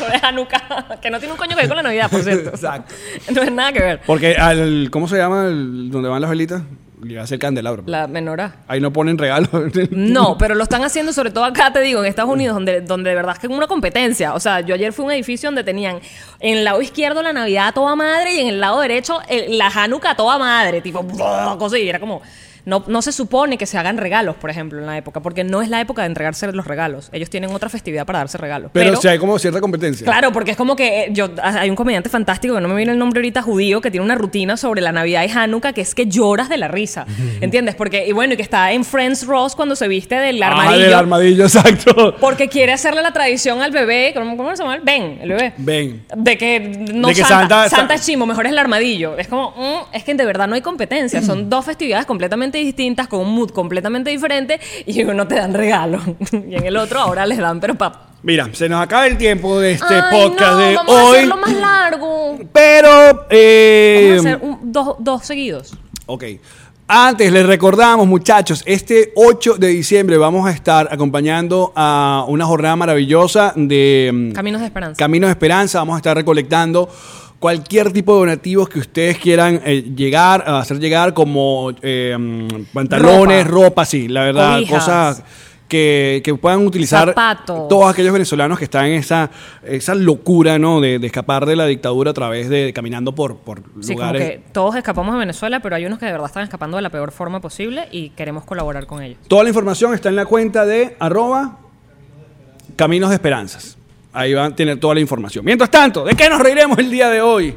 Speaker 3: Lo de Hanukkah, que no tiene un coño que ver con la Navidad, por cierto.
Speaker 2: Exacto.
Speaker 3: No es nada que ver.
Speaker 2: Porque al ¿cómo se llama el- donde van las velitas? Le va a ser candelabro. pues.
Speaker 3: La menorá.
Speaker 2: Ahí no ponen regalos.
Speaker 3: No, pero lo están haciendo sobre todo acá, te digo, en Estados Unidos, donde, donde de verdad es que es una competencia. O sea, yo ayer fui a un edificio donde tenían en el lado izquierdo la Navidad a toda madre y en el lado derecho el- la Hanukkah a toda madre, tipo, cosas y era como... No, no se supone que se hagan regalos, por ejemplo, en la época, porque no es la época de entregarse los regalos. Ellos tienen otra festividad para darse regalos.
Speaker 2: Pero,
Speaker 3: Pero-
Speaker 2: si hay como cierta competencia.
Speaker 3: Claro, porque es como que eh, yo ah, hay un comediante fantástico que no me viene el nombre ahorita judío que tiene una rutina sobre la Navidad y Hanukkah que es que lloras de la risa, ¿entiendes? Porque y bueno y que está en Friends Ross cuando se viste del
Speaker 2: Ah,
Speaker 3: armadillo,
Speaker 2: del armadillo, exacto.
Speaker 3: porque quiere hacerle la tradición al bebé, ¿cómo, cómo se llama? Ben, el bebé.
Speaker 2: Ven.
Speaker 3: De que no
Speaker 2: De que
Speaker 3: Santa,
Speaker 2: Santa-
Speaker 3: Santa, es chimo, mejor es el armadillo. Es como, mm, es que de verdad no hay competencia.
Speaker 2: Mm.
Speaker 3: Son dos festividades completamente distintas, con un mood completamente diferente, y en uno te dan regalo. y en el otro ahora les dan, pero pa.
Speaker 2: Mira, se nos acaba el tiempo de este
Speaker 3: Ay,
Speaker 2: podcast
Speaker 3: no,
Speaker 2: de
Speaker 3: vamos a
Speaker 2: hoy.
Speaker 3: hacerlo más largo.
Speaker 2: Pero eh,
Speaker 3: Vamos a hacer un- dos, dos seguidos.
Speaker 2: Ok. Antes les recordamos, muchachos, este 8 de diciembre vamos a estar acompañando a una jornada maravillosa de mm,
Speaker 3: Caminos de Esperanza.
Speaker 2: Caminos de Esperanza. Vamos a estar recolectando cualquier tipo de donativos que ustedes quieran eh, llegar, a hacer llegar, como eh, mm, pantalones, ropa.
Speaker 3: Ropa.
Speaker 2: sí, la verdad,
Speaker 3: Cobijas.
Speaker 2: cosas. Que, que puedan utilizar
Speaker 3: Zapatos.
Speaker 2: todos aquellos venezolanos que están en esa, esa locura ¿no? de, de escapar de la dictadura a través de caminando por, por
Speaker 3: Sí, como
Speaker 2: lugares.
Speaker 3: que todos escapamos de Venezuela, pero hay unos que de verdad están escapando de la peor forma posible y queremos colaborar con ellos.
Speaker 2: Toda la información está en la cuenta de arroba Caminos de Esperanzas. Ahí van a tener toda la información. Mientras tanto, ¿de qué nos reiremos el día de hoy?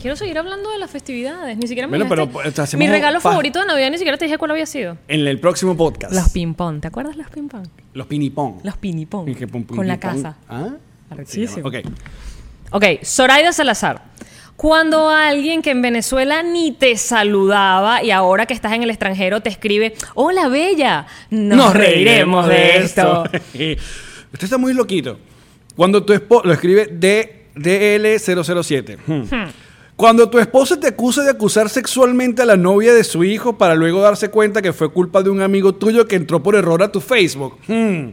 Speaker 3: Quiero seguir hablando de las festividades. Ni siquiera me
Speaker 2: Bueno,
Speaker 3: dejaste-
Speaker 2: pero, pues, hacemos
Speaker 3: Mi regalo
Speaker 2: pa-
Speaker 3: favorito de Navidad ni siquiera te dije cuál había sido.
Speaker 2: En el próximo podcast.
Speaker 3: Los ping-pong. ¿Te acuerdas los ping-pong?
Speaker 2: Los pinipón.
Speaker 3: Los pinipón.
Speaker 2: Y que pum, pum,
Speaker 3: Con la
Speaker 2: pum, pum.
Speaker 3: casa.
Speaker 2: ¿Ah?
Speaker 3: Arrechísimo.
Speaker 2: Ok.
Speaker 3: Ok, Zoraida Salazar. Cuando alguien que en Venezuela ni te saludaba y ahora que estás en el extranjero te escribe, hola bella, nos, reiremos de esto.
Speaker 2: Usted está muy loquito. Cuando tu esposo lo escribe D- DL007. Hmm. Cuando tu esposo te acusa de acusar sexualmente a la novia de su hijo para luego darse cuenta que fue culpa de un amigo tuyo que entró por error a tu Facebook. Hmm.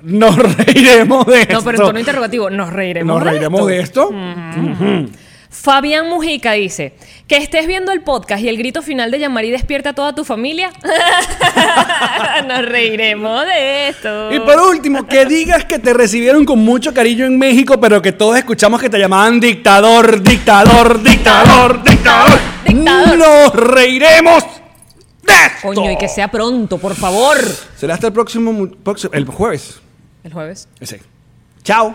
Speaker 2: Nos reiremos de esto.
Speaker 3: No, pero en tono interrogativo, nos reiremos.
Speaker 2: Nos
Speaker 3: de
Speaker 2: reiremos
Speaker 3: esto. Hmm.
Speaker 2: de esto.
Speaker 3: Fabián Mujica dice: Que estés viendo el podcast y el grito final de Yamari despierta a toda tu familia. nos reiremos de esto.
Speaker 2: Y por último, que digas que te recibieron con mucho cariño en México, pero que todos escuchamos que te llamaban dictador, dictador, dictador, dictador.
Speaker 3: Dictador.
Speaker 2: Nos reiremos de esto.
Speaker 3: Coño, y que sea pronto, por favor.
Speaker 2: Será hasta el próximo, mu- próximo- el jueves.
Speaker 3: El jueves.
Speaker 2: Ese. Chao.